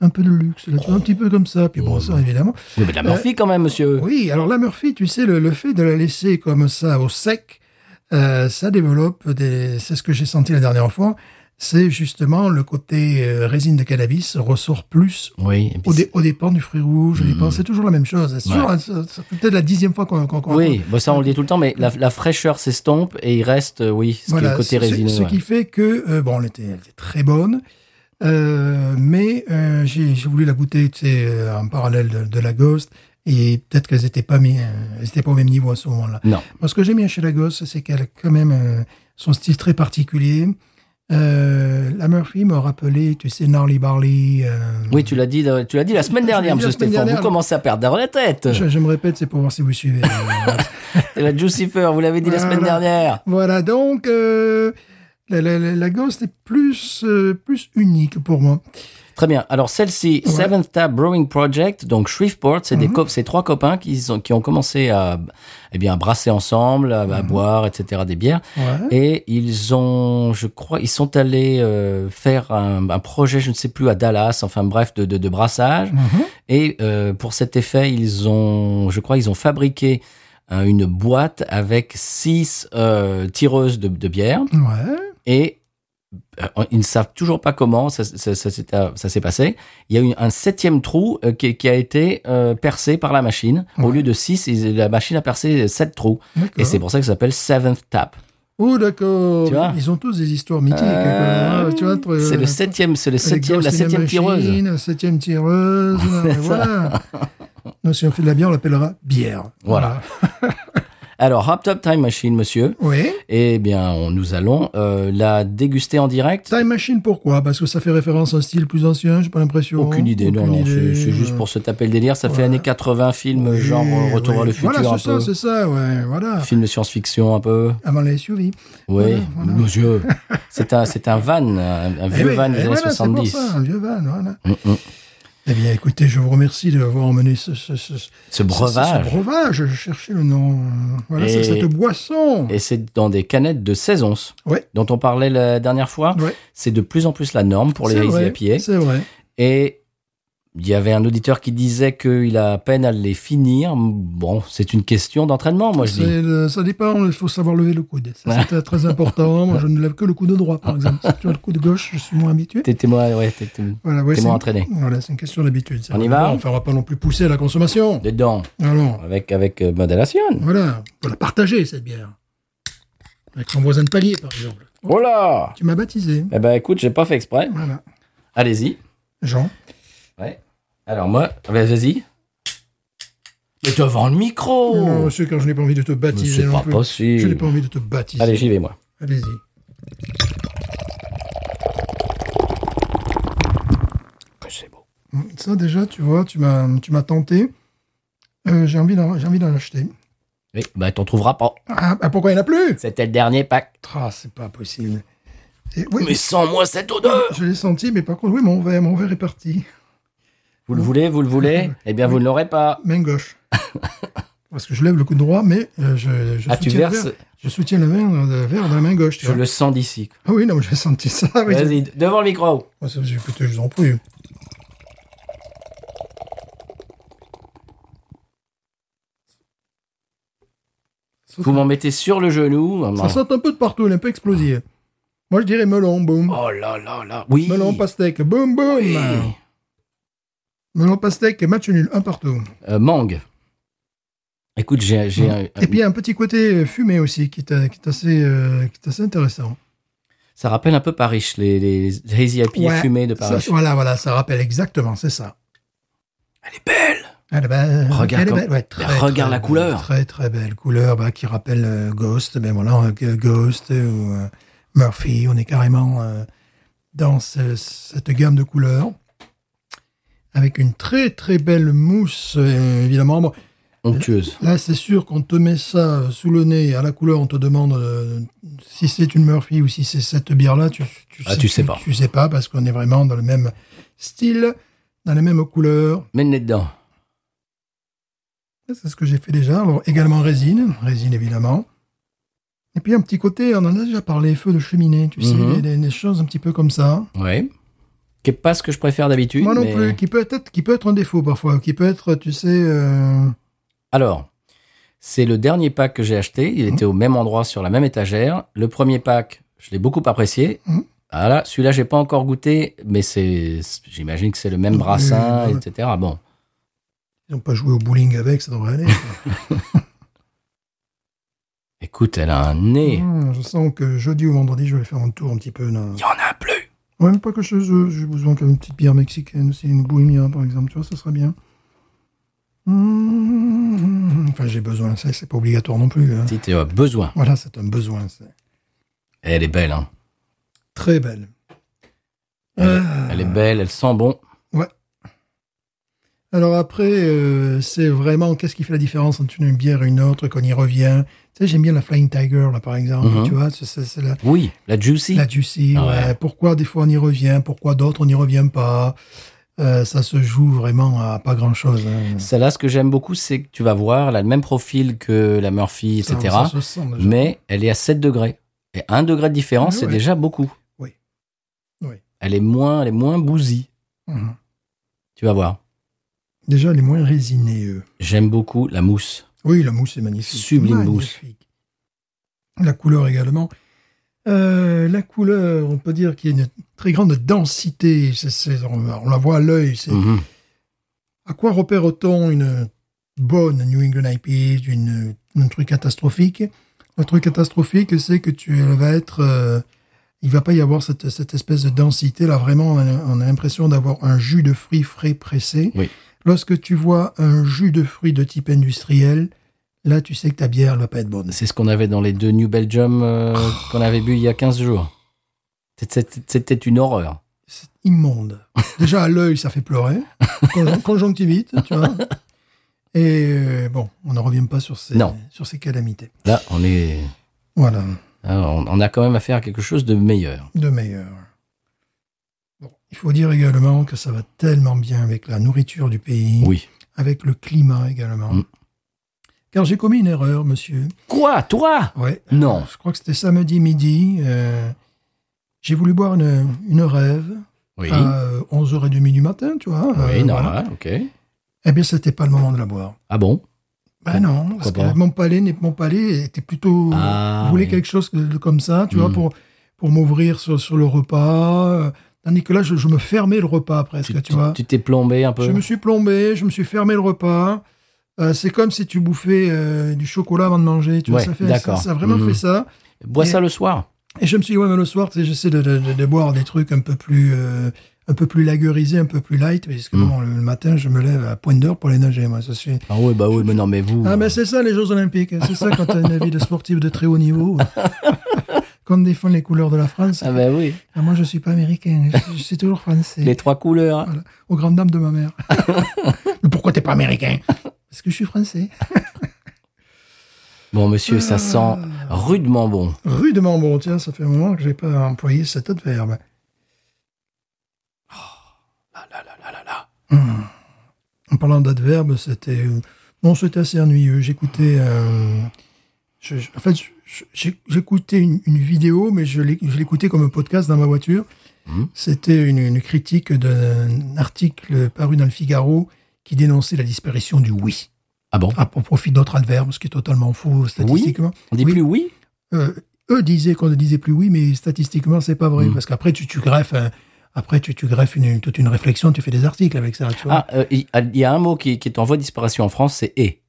un peu de luxe, là, tu vois, un petit peu comme ça. Puis bon, ça, évidemment.
Mais de la Murphy quand même, monsieur.
Euh, Oui, alors la Murphy, tu sais, le, le fait de la laisser comme ça au sec, euh, ça développe des. C'est ce que j'ai senti la dernière fois. C'est justement le côté euh, résine de cannabis ressort plus
Oui, et puis
au,
c'est-
dé- au dépens du fruit rouge. au
Mm.
dépens- C'est toujours la même chose. C'est toujours- ça- ça fait peut-être la dixième fois qu'on. qu'on- qu'on-
oui, bon, ça on le dit tout le temps, mais la, la fraîcheur s'estompe et il reste, euh, oui, ce qui est
Mm. Voilà,
le côté
ce- ce-
résineux.
Ce,
ouais.
qui fait que, euh, bon, elle était, elle était très bonne, euh, mais euh, j'ai j'ai voulu la goûter tu sais, euh, en parallèle de, de la Ghost, et peut-être qu'elles n'étaient pas, mis, euh, elles étaient pas au même niveau à ce moment-là.
Non.
Moi, ce que j'aime bien chez la Ghost, c'est qu'elle a quand même euh, son style très particulier. Euh, la Murphy m'a rappelé, tu sais, Gnarly Barley. euh,
Oui, tu l'as dit, euh, tu l'as dit la semaine
Je l'ai
dernière,
dit la
monsieur
semaine
Stéphane. Vous
dernière.
commencez à perdre la tête. Eh
Je, je me répète, c'est pour voir si vous suivez. Euh,
La Jucifer, vous l'avez dit la semaine
Voilà.
dernière.
Voilà, donc euh, la, la, la- la Ghost est plus, euh, plus unique pour moi.
Très bien. Alors celle-ci,
Ouais. Mm-hmm.
Seventh Tab Brewing Project, donc Shreveport, c'est des cop- c'est trois copains qui, sont- qui ont commencé à, eh bien, à brasser ensemble, à, à
Mm-hmm.
boire, etc. des bières.
Ouais.
Et ils ont, je crois, ils sont allés euh, faire un, un projet, je ne sais plus, à Dallas, enfin bref, de, de, de brassage.
Mhm.
Et euh, pour cet effet, ils ont, je crois, ils ont fabriqué euh, une boîte avec six euh, tireuses de, de bière
Ouais.
et euh, ils ne savent toujours pas comment ça, ça- ça s'est- euh, ça s'est passé. Il y a eu un septième trou euh, qui, qui a été euh, percé par la machine. Au
Ouais.
lieu de six, ils- la machine a percé sept trous. Et c'est
D'accord.
pour ça que ça s'appelle Seventh Tap.
Oh, d'accord.
Tu vois
Ils ont tous des histoires mythiques.
Euh,
quoi. Ah, tu vois, entre-
c'est le septième, c'est le
les
septième, la
Ghost in the
septième tireuse.
Machine, La septième tireuse. voilà. Non, si on fait de la bière, on l'appellera bière.
Voilà. Alors, Hop Top Time Machine, monsieur.
Oui.
Eh bien, on- nous allons euh, la déguster en direct.
Time Machine, pourquoi Parce que ça fait référence à un style plus ancien, j'ai pas l'impression.
Aucune idée, non,
Aucune
non, c'est
idée,
c'est juste
euh,
pour se taper le délire. Ça fait
Ouais.
années 80, film
oui,
genre euh, Retour
oui.
vers le futur
Voilà,
un
c'est ça,
peu.
c'est ça, ouais, voilà.
Film de science-fiction un peu.
Avant les SUV.
Oui,
Voilà, voilà.
monsieur. c'est un, c'est un van, un, un
Eh
vieux
oui,
van
eh
des années
voilà, c'est pour
70.
ça, un vieux van, voilà.
Mm, mm.
Eh bien, écoutez, je vous remercie de m'avoir emmené ce, ce, ce, ce-
Ce
ce-
breuvage.
ce breuvage, je cherchais le nom. euh, Voilà, c'est
Et-
cette boisson.
Et c'est dans des canettes de 16 onces
Ouais.
dont on parlait la dernière fois.
Ouais.
C'est de plus en plus la norme pour les
C'est
Easy
vrai,
IPA.
C'est vrai.
Et il y avait un auditeur qui disait qu'il a à peine à les finir. Bon, c'est une question d'entraînement, moi je dis.
C'est le- ça dépend, il faut savoir lever le coude. Ça,
Ouais.
C'était très important. Moi, je ne lève que le coude droit, par exemple. Si tu as le coude gauche, je suis moins habitué.
T'es témoin, ouais, t'es témoin.
Voilà, ouais,
T'es
c'est-
moins entraîné.
Voilà, c'est une question d'habitude. ça.
On y va
On ne fera pas non plus pousser à la consommation.
Dedans,
Alors,
avec, avec euh, modération.
voilà, on peut la partager, cette bière. Avec mon voisin de palier, par exemple.
Oh là
Tu m'as baptisé.
Eh ben écoute, j'ai pas fait exprès.
Voilà.
Allez-y.
Jean.
Ouais. Alors moi, vas- vas-y. Mais devant le micro
Non, monsieur, quand je n'ai pas envie de te
Mais
baptiser
C'est
non
Oh. pas
plus. Je n'ai
possible.
pas envie de te baptiser.
Allez, j'y vais moi.
Allez-y.
Que C'est beau.
Ça, déjà, tu vois, tu m'as tu m'as tenté. Euh, j'ai envie d'en j'ai envie d'en acheter.
Oui, bah t'en trouveras pas.
Ah, ah, pourquoi il n'y en a plus
C'était le dernier pack.
Ah, c'est pas possible. Et oui,
Mais sans moi cette odeur
je l'ai senti, mais par contre, oui, mon verre, mon verre est parti.
Vous le voulez, vous le voulez Eh bien, vous ne l'aurez pas.
Main gauche. Parce que je lève le coup droit, mais euh, je, je
Ah, tu
soutiens le
verses
verre. Je soutiens le verre, euh, le verre dans la main gauche. tu
Je
vois.
le sens d'ici.
Ah oui, non, mais j'ai senti ça. oui.
Vas-y, devant le micro.
Moi, ça, j'ai- écoutez, je vous en prie. Ça,
Vous m'en mettez sur le genou.
ça sort un peu de partout, il est un peu explosif. Moi, je dirais melon, boum.
Oh là là là. Oui.
Melon, pastèque, boum, boum.
Oui.
Melon, pastèque, match nul, un partout.
Euh, mangue. Écoute, j'ai j'ai un-
Et puis, il y a un petit côté euh, fumé aussi qui est, euh, qui est assez, euh, qui est assez intéressant.
ça rappelle un peu Paris, les, les Hazy IPA
Ouais,
fumés de
Ça,
Paris.
voilà, voilà, ça rappelle exactement, c'est ça.
Elle est belle.
Elle est belle.
Regarde
Elle est
comme-
belle, ouais, très,
Mais regarde
très
la
belle,
couleur.
Très très belle couleur bah, qui rappelle euh, Ghost. Ben voilà, euh, Ghost euh, ou euh, Murphy. On est carrément euh, dans ce- cette gamme de couleurs avec une très très belle mousse euh, évidemment. Bon,
Onctueuse.
là c'est sûr qu'on te met ça euh, sous le nez à la couleur, on te demande euh, si c'est une Murphy ou si c'est cette bière là. Tu tu,
Ah, tu sais pas.
Tu sais pas parce qu'on est vraiment dans le même style, dans les mêmes couleurs.
Mène-les dedans.
Ça, C'est ce que j'ai fait déjà. Alors, également résine, résine évidemment. Et puis un petit côté, on en a déjà parlé, feu de cheminée, tu
Mhm.
sais, des, des- des choses un petit peu comme ça.
Ouais. Qui est pas ce que je préfère d'habitude.
Moi non
mais-
plus, qui peut être, qui peut être un défaut parfois, qui peut être, tu sais, euh,
Alors, c'est le dernier pack que j'ai acheté. Il était au même endroit sur la même étagère. Le premier pack, je l'ai beaucoup apprécié.
Mhm.
Voilà, celui-là, j'ai pas encore goûté, mais c'est, j'imagine que c'est le même
Oui,
brassin,
oui.
etc. Bon,
ils n'ont pas joué au bowling avec, ça devrait aller.
écoute, elle a un nez.
Mmh, je sens que jeudi ou vendredi, je vais faire un tour un petit peu. Dans...
Il y en a plus.
Ouais, mais pas que chez eux, j'ai besoin d'une petite bière mexicaine aussi, une bohemia par exemple, tu vois, ça serait bien. Mmh. Enfin, j'ai besoin, ça, c'est pas obligatoire non plus. hein.
Si tu as besoin.
Voilà, c'est un besoin, c'est-
Elle est belle, hein.
Très belle.
Elle, est-
Ah.
elle est belle, elle sent bon.
Alors après, euh, c'est vraiment qu'est-ce qui fait la différence entre une bière et une autre, qu'on y revient. Tu sais, j'aime bien la Flying Tiger, là, par exemple.
Mhm.
Tu vois, c'est- c'est c'est la,
Oui, la juicy.
la Juicy.
Ah
ouais.
ouais.
Pourquoi des fois on y revient, pourquoi d'autres on n'y revient pas. Euh, ça se joue vraiment à pas grand-chose. hein.
Celle-là, ce que j'aime beaucoup, c'est que tu vas voir, elle a le même profil que la Murphy, etc.
Ah, Ça, ça se sent déjà.
mais elle est à 7 degrés. Et 1 degré de différence,
Ah
c'est
ouais.
déjà beaucoup.
Oui. Oui.
Elle est moins, elle est moins bousie.
Mhm.
Tu vas voir.
Déjà, les moins résinés, eux.
J'aime beaucoup la mousse.
Oui, la mousse est magnifique.
Sublime
Magnifique. La couleur également. Euh, la couleur, on peut dire qu'il y a une très grande densité. C'est- c'est- on, on la voit à l'œil. c'est-
Mhm.
À quoi repère-t-on une bonne New England IPA d'une un truc catastrophique Le truc catastrophique, c'est que tu elle va être, euh, il va pas y avoir cette, cette espèce de densité. Là, vraiment, on a, on a l'impression d'avoir un jus de fruits frais pressé.
Oui.
Lorsque tu vois un jus de fruits de type industriel, là, tu sais que ta bière ne va pas être bonne.
C'est ce qu'on avait dans les deux New Belgium euh,
Oh.
qu'on avait bu il y a 15 jours. C'était- C'était une horreur.
C'est immonde. Déjà, à l'œil, ça fait pleurer. Conjon- conjonctivite, tu vois. Et euh, bon, on ne revient pas sur ces,
Non.
sur ces calamités.
Là, on est.
Voilà,
hein, on on a quand même affaire à quelque chose de meilleur.
de meilleur. Bon, il faut dire également que ça va tellement bien avec la nourriture du pays,
Oui.
avec le climat également.
Mm.
Car j'ai commis une erreur, monsieur.
Quoi Toi
Ouais.
Non.
Je crois que c'était samedi midi. euh, j'ai voulu boire une, une rêve
Oui.
à euh, 11h30 du matin, tu vois. euh,
oui, normal,
voilà.
ok.
Eh bien, c'était pas le moment de la boire.
Ah bon
Ben non, parce
Pourquoi
que
pas
mon palais, n'est- mon palais était plutôt.
Ah,
je voulais
oui.
quelque chose de- de comme ça, tu
Mm.
vois, pour, pour m'ouvrir sur, sur le repas. euh, Tandis que là, je, je me fermais le repas presque,
Tu
tu,
tu-
vois.
tu t'es plombé un peu
Je me suis plombé, je me suis fermé le repas. Euh, c'est comme si tu bouffais euh, du chocolat avant de manger, tu vois.
Ouais,
Ça, fait, ça,
d'accord.
ça a vraiment
Mm.
fait ça.
Bois ça le soir.
Et je me suis dit, ouais, mais le soir, tu sais, j'essaie de, de- de- de boire des trucs un peu plus, euh, un peu plus lagueurisés, un peu plus light, parce que
Mm.
bon, le le matin, je me lève à point d'heure pour aller nager, moi. Ça, c'est-
Ah oui, bah oui, mais non, mais vous.
Ah, mais c'est ça, les Jeux Olympiques. C'est ça, quand t'as une vie de sportif de très haut niveau. Qu'on défend les couleurs de la France.
Ah bah oui.
Ah, moi, je suis pas américain. Je, je suis toujours français.
Les trois couleurs. hein.
Voilà. Aux grandes dames de ma mère. mais pourquoi t'es pas américain Parce que je suis français.
Bon, monsieur,
Ah.
ça sent rudement bon.
Rudement bon, tiens, ça fait un moment que j'ai pas employé cet adverbe.
Ah là là là là là.
Hmm. En parlant d'adverbes, c'était bon, c'était assez ennuyeux. J'écoutais, euh, je- je- en fait, je- je- j'ai- j'écoutais une, une vidéo, mais je l'ai- je l'écoutais comme un podcast dans ma voiture.
Mhm.
C'était une, une critique d'un article paru dans le Figaro qui dénonçait la disparition du oui
Ah bon
à profit d'autres adverbes, ce qui est totalement faux statistiquement.
On dit
Oui.
plus oui
Euh, eux disaient qu'on ne disait plus oui, mais statistiquement, c'est pas vrai.
Mhm.
Parce qu'après, tu, tu greffes, un- après, tu, tu greffes une, toute une réflexion, tu fais des articles avec ça. Tu vois.
Ah, euh, il il y a un mot qui, qui est en voie de disparition en France, c'est et.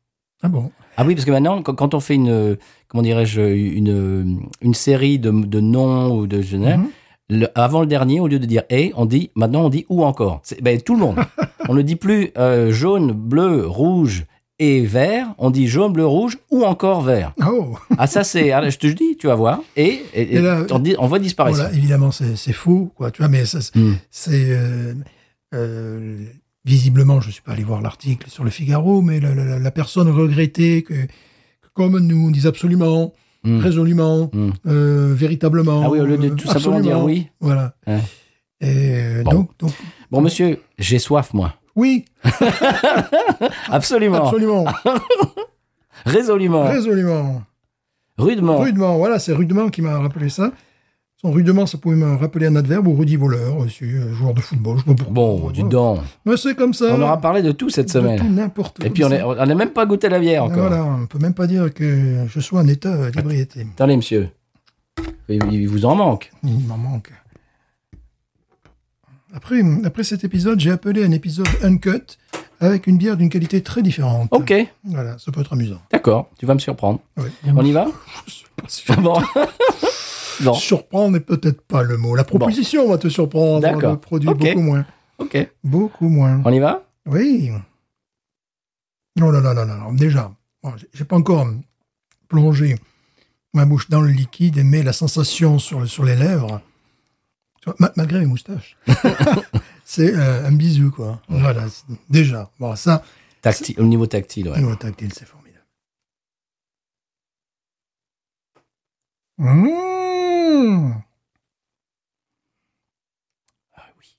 ah bon
Ah oui, parce que maintenant, quand, quand on fait une, euh, comment dirais-je, une, euh, une série de, de noms ou de je ne sais,
Mhm.
le- avant le dernier, au lieu de dire et, on dit maintenant on dit ou encore. C'est- Ben, tout le monde. on ne dit plus euh, jaune, bleu, rouge et vert. On dit jaune, bleu, rouge ou encore vert.
Oh
Ah ça c'est, ah, je te le dis, tu vas voir. Et, et,
Et là,
et on, dit, on voit disparaître.
Voilà, évidemment, c'est c'est faux, quoi. Tu vois, mais ça, c'est-
Hmm.
c'est euh, euh, visiblement, je suis pas allé voir l'article sur le Figaro, mais la, la- la- la personne regrettait que, que comme nous, on dit absolument,
Hmm.
résolument,
Hmm.
euh, véritablement.
Ah oui, au lieu de
euh,
tout simplement
absolument.
dire oui.
Voilà.
Ouais.
Et euh,
Bon.
donc, donc,
Bon monsieur, j'ai soif moi.
oui,
Absolument,
absolument,
résolument,
résolument,
rudement.
rudement. Voilà, c'est rudement qui m'a rappelé ça. Son rudement, ça pouvait me rappeler un adverbe ou Rudy Voleur aussi, euh, joueur de football. Je sais pas pourquoi.
Bon,
Voilà.
du dent.
Mais c'est comme ça.
On aura parlé de tout cette
Euh, De
semaine.
tout, n'importe
Et
où.
puis on
C'est-
est- on n'a même pas goûté la bière encore.
Voilà, on ne peut même pas dire que je sois en état euh, d'ébriété.
Attendez, monsieur. Il, il vous en manque.
Il m'en manque. Après, après cet épisode, j'ai appelé un épisode uncut avec une bière d'une qualité très différente.
Ok,
Voilà, ça peut être amusant.
d'accord. Tu vas me surprendre.
Ouais.
On y va
Je sais pas si je-
Bon. bon,
Surprendre n'est peut-être pas le mot. La proposition va te surprendre.
D'accord.
Le produit,
Ok.
beaucoup moins.
ok.
Beaucoup moins.
On y va
Oui. Oh là là là là, là. déjà, bon, j'ai- j'ai pas encore plongé ma bouche dans le liquide, mais la sensation sur, le- sur les lèvres, tu vois, ma- malgré mes moustaches, c'est euh, un bisou, quoi. Voilà, c'est- déjà. Bon, ça,
Tacti- Au niveau tactile, ouais.
niveau tactile, c'est formidable. Mmh.
Ah oui.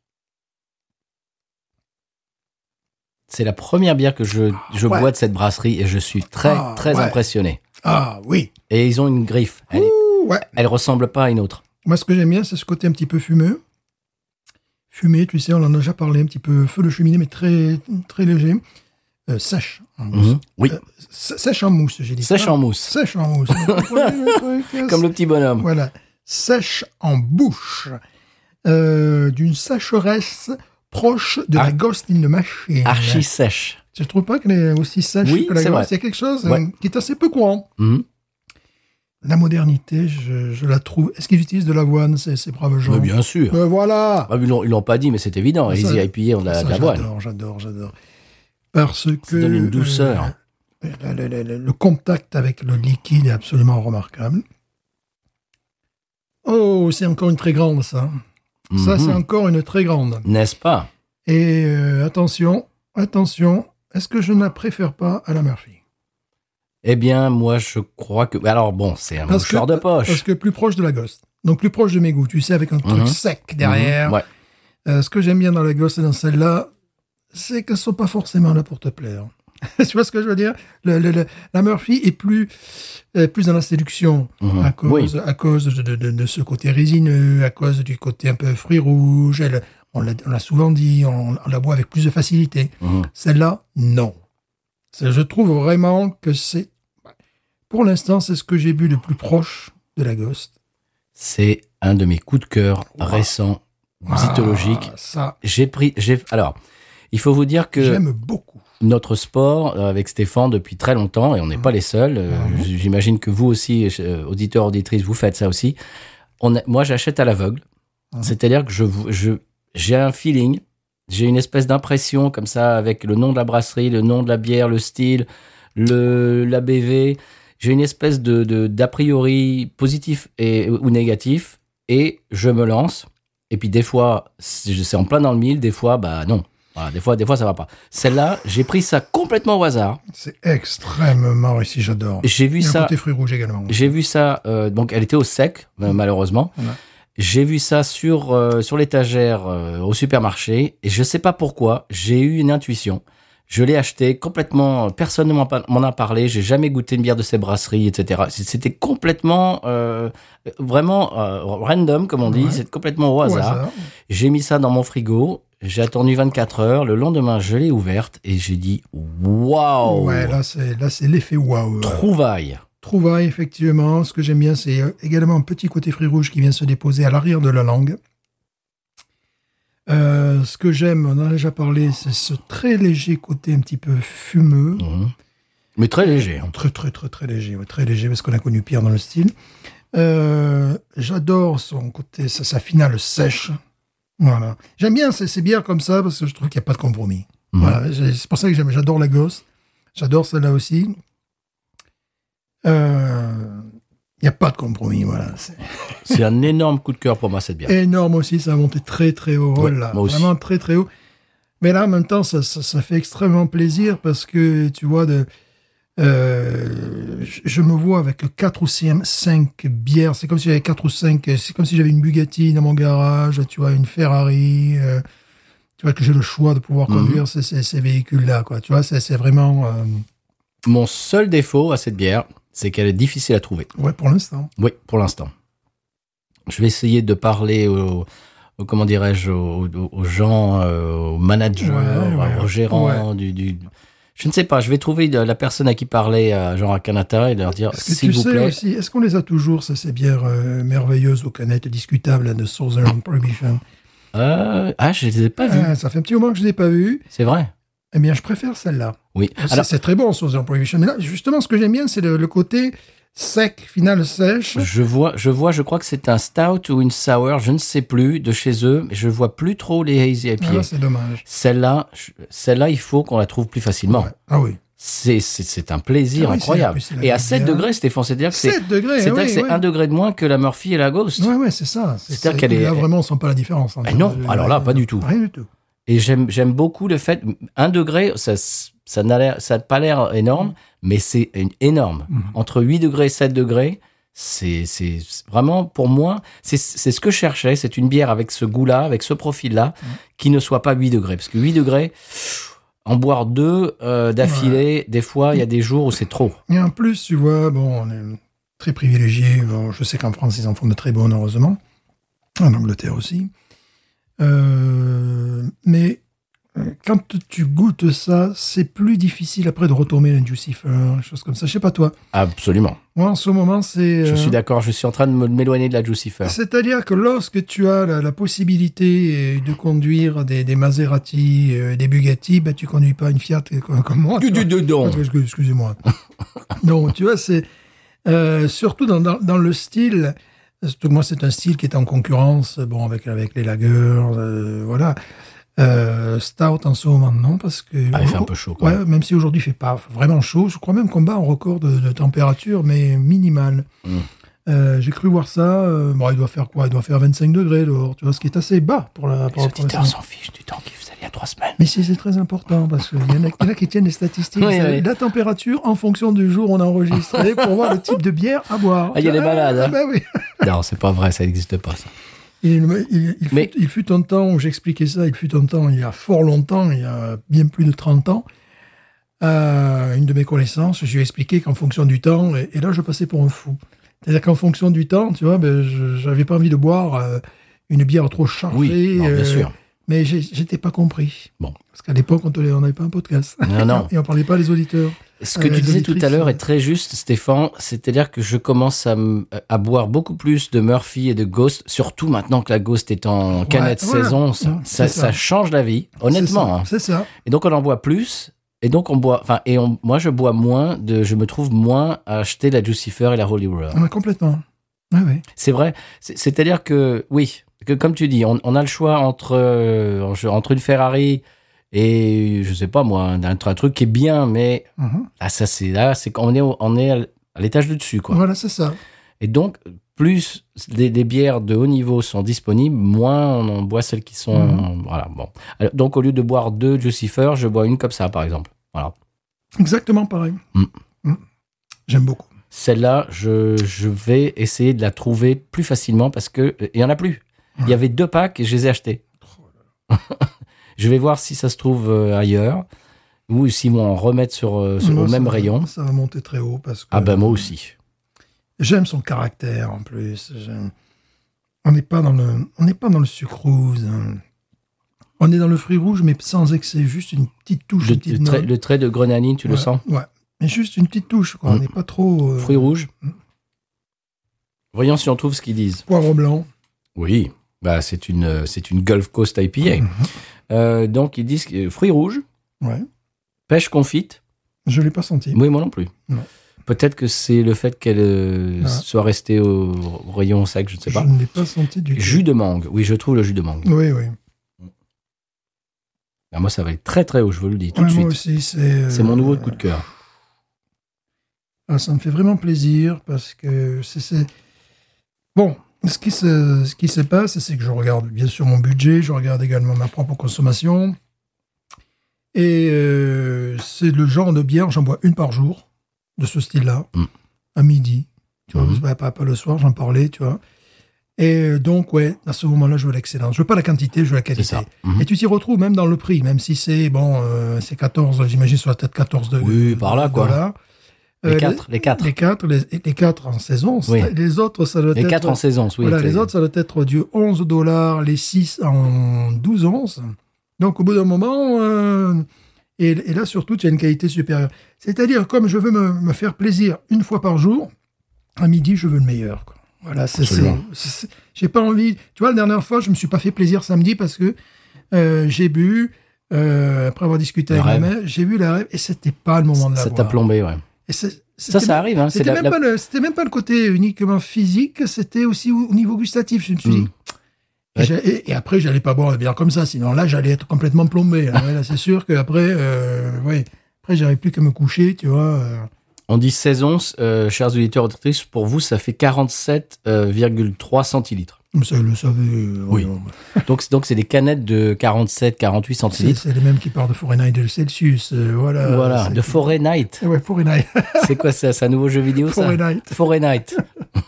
C'est la première bière que je, je
Ouais.
bois de cette brasserie et je suis très,
Ah,
très
ouais.
impressionné.
Ah oui.
Et ils ont une griffe. Elle, est-
Ouh, ouais.
elle ressemble pas à une autre.
Moi, ce que j'aime bien, c'est ce côté un petit peu fumeux. Fumé, tu sais, on en a déjà parlé, un petit peu feu de cheminée, mais très, très léger. Euh, sèche en mousse.
Mhm. Oui,
Euh, s- sèche en mousse, j'ai dit.
sèche
ça.
en mousse.
Sèche en mousse. Vous comprenez le truc, hein,
Comme le petit bonhomme.
Voilà. Sèche en bouche. Euh, D'une sécheresse proche de
Ar-
la Ghost in the Machine.
Archi sèche.
Tu ne trouves pas qu'elle est aussi sèche
Oui,
que la
c'est
Ghost
vrai.
Il y a quelque chose euh,
Ouais.
qui est assez peu courant.
Mhm.
La modernité, je, je la trouve. Est-ce qu'ils utilisent de l'avoine, ces, ces braves gens
Mais bien sûr.
Euh, voilà.
Ah, ils l'ont- ils l'ont pas dit, mais c'est évident.
Ça,
Ils y a pillé, on a
Ça,
de l'avoine.
J'adore, j'adore, j'adore. Parce que.
donne une douceur.
euh, Le, le- le- le contact avec le liquide est absolument remarquable. Oh, c'est encore une très grande, ça. Ça,
Mhm.
c'est encore une très grande.
N'est-ce pas
Et euh, attention, attention, est-ce que je ne la préfère pas à la Murphy
Eh bien, moi, je crois que. Alors, bon, c'est un
Parce que- euh,
mouchoir de
Parce
poche.
que plus proche de la Ghost. Donc plus proche de mes goûts, tu sais, avec un truc
Mhm.
sec derrière.
Mhm, ouais.
Euh, ce que j'aime bien dans la Ghost et dans celle-là, c'est qu'elles ne sont pas forcément là pour te plaire. tu vois ce que je veux dire Le- le- le- La Murphy est plus, euh, plus dans la séduction
Mhm.
à cause, à cause de, de- de- de ce côté résineux, à cause du côté un peu fruit rouge. Elle- on l'a on l'a souvent dit, on, on la boit avec plus de facilité.
Mhm.
Celle-là, non. C'est- Je trouve vraiment que c'est... Pour l'instant, c'est ce que j'ai bu le plus proche de la Ghost.
C'est un de mes coups de cœur récents, mythologiques.
Ah, ça,
J'ai pris. J'ai... Alors, il faut vous dire que
j'aime beaucoup.
notre sport, euh, avec Stéphane, depuis très longtemps, et on n'est pas les seuls, euh, j- j'imagine que vous aussi, euh, auditeurs, auditrices, vous faites ça aussi. On a- moi, j'achète à l'aveugle. C'est-à-dire que je, je, j'ai un feeling, j'ai une espèce d'impression comme ça avec le nom de la brasserie, le nom de la bière, le style, le, la BV. J'ai une espèce de, de- d'a priori positif et, ou négatif et je me lance. Et puis des fois, c'est c'est en plein dans le mille, des fois, bah non. Voilà, des fois, des fois, ça va pas. Celle-là, j'ai pris ça complètement au hasard.
C'est extrêmement réussi, j'adore.
J'ai vu
Il y a un
ça.
côté fruits rouges également.
J'ai vu ça, euh, donc elle était au sec, euh, malheureusement.
Mmh. Ouais.
J'ai vu ça sur, euh, sur l'étagère euh, au supermarché et je sais pas pourquoi, j'ai eu une intuition. Je l'ai acheté complètement, euh, personne ne m'en par- m'en a parlé, j'ai jamais goûté une bière de ces brasseries, etc. C- C'était complètement, euh, vraiment euh, random, comme on dit,
Ouais.
c'est complètement au
Au
hasard.
hasard.
J'ai mis ça dans mon frigo, j'ai attendu 24 heures, le lendemain je l'ai ouverte et j'ai dit waouh,
Ouais, là, c'est, là, c'est l'effet waouh.
trouvaille.
Trouvaille, effectivement. Ce que j'aime bien, c'est euh, également un petit côté fruits rouges qui vient se déposer à l'arrière de la langue. Euh, ce que j'aime, on en a déjà parlé, c'est ce très léger côté un petit peu fumeux.
Mhm. Mais très léger. hein.
Très, très, très, très léger. ouais, très léger, parce qu'on a connu pire dans le style. Euh, J'adore son côté, sa, sa finale sèche. Voilà. J'aime bien ces, ces bières comme ça, parce que je trouve qu'il n'y a pas de compromis.
Mhm.
Voilà, j'ai- c'est pour ça que j'aime- j'adore la gosse. J'adore celle-là aussi. Euh, Il n'y a pas de compromis, voilà. C'est
C'est un énorme coup de cœur pour moi cette bière.
énorme aussi, ça a monté très très haut. Oh
Ouais,
là,
moi aussi.
vraiment très très haut. Mais là, en même temps, ça, ça- ça fait extrêmement plaisir parce que tu vois, de, euh, je, je me vois avec quatre ou cin- cinq bières. C'est comme si j'avais quatre ou cinq. C'est comme si j'avais une Bugatti dans mon garage, tu vois, une Ferrari. euh, tu vois que j'ai le choix de pouvoir
Mhm.
conduire ces, ces- ces véhicules-là, quoi. Tu vois, c'est c'est vraiment, euh,
Mon seul défaut à cette bière, c'est qu'elle est difficile à trouver.
ouais, pour l'instant.
Oui, pour l'instant. Je vais essayer de parler au, au- comment dirais-je, aux, aux- aux gens, euh, aux managers,
Ouais, ouais.
aux gérants du, du- Je ne sais pas. Je vais trouver de- la personne à qui parler, euh, genre à Canada, et leur dire
Est-ce que
Ah, s'il
tu
vous
sais
plaît.
aussi, est-ce qu'on les a toujours, ça, ces bières euh, merveilleuses aux canettes discutables là, de Southern Prohibition
Euh, ah, je ne les ai pas vus.
Ah, Ça fait un petit moment que je ne l'ai pas vu.
C'est vrai.
Eh bien, je préfère celle-là.
Oui.
C'est-
Alors,
C'est très bon, Southern Prohibition. Mais là, justement, ce que j'aime bien, c'est le, le côté sec, final sèche.
Je vois, je vois, je crois que c'est un stout ou une sour, je ne sais plus, de chez eux. Mais je vois plus trop les hazy IPA.
Ah, c'est dommage.
Celle-là, je- celle-là, il faut qu'on la trouve plus facilement.
Ouais. Ah oui.
C'est- C'est c'est un plaisir
Ah oui,
incroyable.
c'est- en plus, c'est
Et
la
à 7
bière.
degrés, Stéphane, c'est-à-dire que c'est
7 degrés,
c'est-à-dire
oui,
que c'est
oui.
un degré de moins que la Murphy et la Ghost.
Ouais, ouais, c'est ça. C'est-
C'est-à-dire
c'est-
qu'elle est-
Là, vraiment, on sent pas la différence. hein.
Eh non, alors là, pas du tout.
Rien du tout.
Et j'aime j'aime beaucoup le fait, un degré, ça ça n'a l'air- ça n'a pas l'air énorme, mais c'est une- énorme.
Mhm.
Entre 8 degrés et 7 degrés, c'est c'est vraiment, pour moi, c'est c'est ce que je cherchais. C'est une bière avec ce goût-là, avec ce profil-là, qui ne soit pas 8 degrés. Parce que 8 degrés, en boire deux euh, d'affilée, des fois, il y a des jours où c'est trop.
Et en plus, tu vois, bon, on est très privilégié. je sais qu'en France, ils en font de très bonnes, heureusement. En Angleterre aussi. Euh, mais euh, quand tu goûtes ça, c'est plus difficile après de retourner un Jucifer, des choses comme ça. Je sais pas toi.
Absolument.
Moi, en ce moment, c'est.
Je
euh,
suis d'accord, je suis en train de me- m'éloigner de la Jucifer.
c'est-à-dire que lorsque tu as la, la possibilité euh, de conduire des, des Maserati, euh, des Bugatti, ben, tu conduis pas une Fiat comme, comme moi. tu vois. Parce que- excuse- Excusez-moi. non, tu vois, c'est euh, surtout dans, dans- dans le style. Surtout que moi, c'est un style qui est en concurrence, bon, avec avec les lagueurs, euh, voilà. Euh, stout en ce moment, non, parce que.
Ah, il fait un peu chaud, quand
Ouais, même si aujourd'hui il fait pas vraiment chaud. Je crois même qu'on bat un record de, de température, mais minimale.
Hmm.
Euh, J'ai cru voir ça. euh, bon, il doit faire quoi Il doit faire 25 degrés dehors, tu vois, ce qui est assez bas pour la.
Les
Pour la pour la
auditeurs
saison.
s'en fichent du temps qu'il faisait il y a trois semaines.
Mais si, c'est très important parce qu'il y, en a- il y en a qui tiennent les statistiques.
Oui,
c'est
oui.
La température en fonction du jour où on a enregistré pour voir le type de bière à boire.
Ah, il y a des malades, hein.
ben oui.
Non, c'est pas vrai, ça n'existe pas. Ça.
Il, il- il
Mais-
fut, il fut un temps où j'expliquais ça, il fut un temps, il y a fort longtemps, il y a bien plus de 30 ans, à une de mes connaissances, je lui ai expliqué qu'en fonction du temps, et, et là je passais pour un fou. C'est-à-dire qu'en fonction du temps, tu vois, ben, je- j'avais pas envie de boire euh, une bière trop chargée.
Oui, non, bien
euh,
sûr.
Mais j'ai- j'étais pas compris.
Bon.
Parce qu'à l'époque, on te- on n'avait pas un podcast.
Non, Ah non.
et on parlait pas des auditeurs.
Ce que
Euh,
tu disais tout
l'auditrice,
à l'heure
euh,
est très juste, Stéphane. C'est-à-dire que je commence à, m- à boire beaucoup plus de Murphy et de Ghost, surtout maintenant que la Ghost est en canette
voilà.
saison. Ça,
Ouais,
ça,
c'est ça.
ça change la vie, honnêtement. hein.
C'est ça. c'est ça.
Et donc on en boit plus. Et donc on boit. Enfin, et on- moi je bois moins. De, je me trouve moins à acheter la Jucifer et la Holy Roller.
Ah, mais complètement. Ah Ouais, ouais.
C'est vrai. C'est- C'est-à-dire que, oui, que comme tu dis, on, on a le choix entre, euh, entre une Ferrari et, je sais pas moi, un, un truc qui est bien, mais
Mhm.
ah, ça, c'est là, c'est qu'on est, au- on est à l- à l'étage du dessus, quoi.
Voilà, c'est ça.
Et donc, plus des, des bières de haut niveau sont disponibles, moins on en boit celles qui sont.
Mhm.
Voilà, bon. Alors, donc, au lieu de boire deux Jucifer, je bois une comme ça, par exemple. Voilà.
Exactement pareil.
Mm.
Mm. J'aime beaucoup.
Celle-là, je, je vais essayer de la trouver plus facilement parce que euh, il y en a plus. Il y avait deux packs et je les ai achetés. je vais voir si ça se trouve euh, ailleurs ou s'ils vont en remettre sur, euh, sur-
Moi,
au
Ah, ça
même
va-
rayon.
Ça va monter très haut parce que
Ah ben moi aussi.
j'aime son caractère en plus. J'aime- On n'est pas dans le, on n'est pas dans le sucrose. hein. On est dans le fruit rouge, mais sans excès, juste une petite touche,
Le,
une petite
le trait,
note.
le trait de grenadine, tu le
Ouais,
sens
Ouais. Mais juste une petite touche, quoi. On
Mm.
n'est pas trop euh,
Fruits rouges
Mm.
Voyons si on trouve ce qu'ils disent.
poivre blanc.
Oui, bah, c'est une, euh, c'est une Gulf Coast IPA.
Mhm.
Euh, donc ils disent que- fruits rouges,
Ouais.
pêche confite.
Je l'ai pas senti.
Oui, moi non plus.
Non.
Peut-être que c'est le fait qu'elle euh,
Ouais.
soit restée au au rayon sec, je ne sais
je
pas.
ne l'ai pas senti du tout.
Jus de mangue. Oui, je trouve le jus de mangue.
Oui, oui.
Ah, moi, ça va être très très haut, je vous le dis tout
Ouais,
de
moi
suite.
aussi, c'est. euh,
C'est mon nouveau coup de cœur.
Ah, ça me fait vraiment plaisir parce que c'est- c'est. Bon, ce qui, se, ce qui se passe, c'est que je regarde bien sûr mon budget, je regarde également ma propre consommation. Et euh, c'est le genre de bière, j'en bois une par jour, de ce style-là,
Mm.
à midi. Tu vois,
Mhm.
pas, pas- pas le soir, j'en parlais, tu vois. Et euh, donc, ouais, à ce moment-là, je veux l'excellence. Je veux pas la quantité, je veux la
C'est
qualité.
ça. Mhm.
Et tu t'y retrouves même dans le prix, même si c'est, bon, euh, c'est 14, j'imagine, sur la tête 14 de.
Oui, par là, quoi.
dollars.
Les
Euh,
quatre, les quatre.
les quatre, les, les quatre en saison.
Oui.
c'est- Les autres, ça doit
Les
être.
quatre en saison, oui.
voilà,
t'as-
les autres, ça doit être du 11 dollars, les 6 en 12 onces. Donc, au bout d'un moment, euh, et, et là, surtout, tu as une qualité supérieure. C'est-à-dire, comme je veux me, me faire plaisir une fois par jour, à midi, je veux le meilleur. quoi. Voilà, c'est. c'est-
Absolument.
c'est- J'ai pas envie. Tu vois, la dernière fois, je me suis pas fait plaisir samedi parce que euh, j'ai bu. euh, après avoir discuté
La
avec ma
rêve.
mère, j'ai vu la rêve et c'était pas le moment de la
Ça t'a
boire.
plombé, ouais.
Et c'est-
Ça,
c'était-
ça arrive. Hein. c'est
c'était
la-
même,
la-
pas le- c'était même pas le côté uniquement physique, c'était aussi au au niveau gustatif, je me suis
Mm.
dit. Et
Ouais.
j'ai- Et, et après, j'allais pas boire de bière comme ça, sinon là, j'allais être complètement plombé. hein. Ouais, là, c'est sûr qu'après, euh, ouais, après, j'arrive plus qu'à me coucher, tu vois. euh.
On dit saison, euh, chers auditeurs auditrices, pour vous, ça fait 47,3 centilitres.
Comme ça, ils le savait. euh,
Oui.
ouais,
Donc, c'est- donc c'est des canettes de 47, 48
C'est,
centilitres.
c'est les mêmes qui parlent de Fahrenheit et de Celsius, euh, voilà.
voilà,
C'est-
de Fahrenheit.
Ouais, Fahrenheit.
c'est quoi ça C'est un nouveau jeu vidéo, ça
Fahrenheit.
Fahrenheit.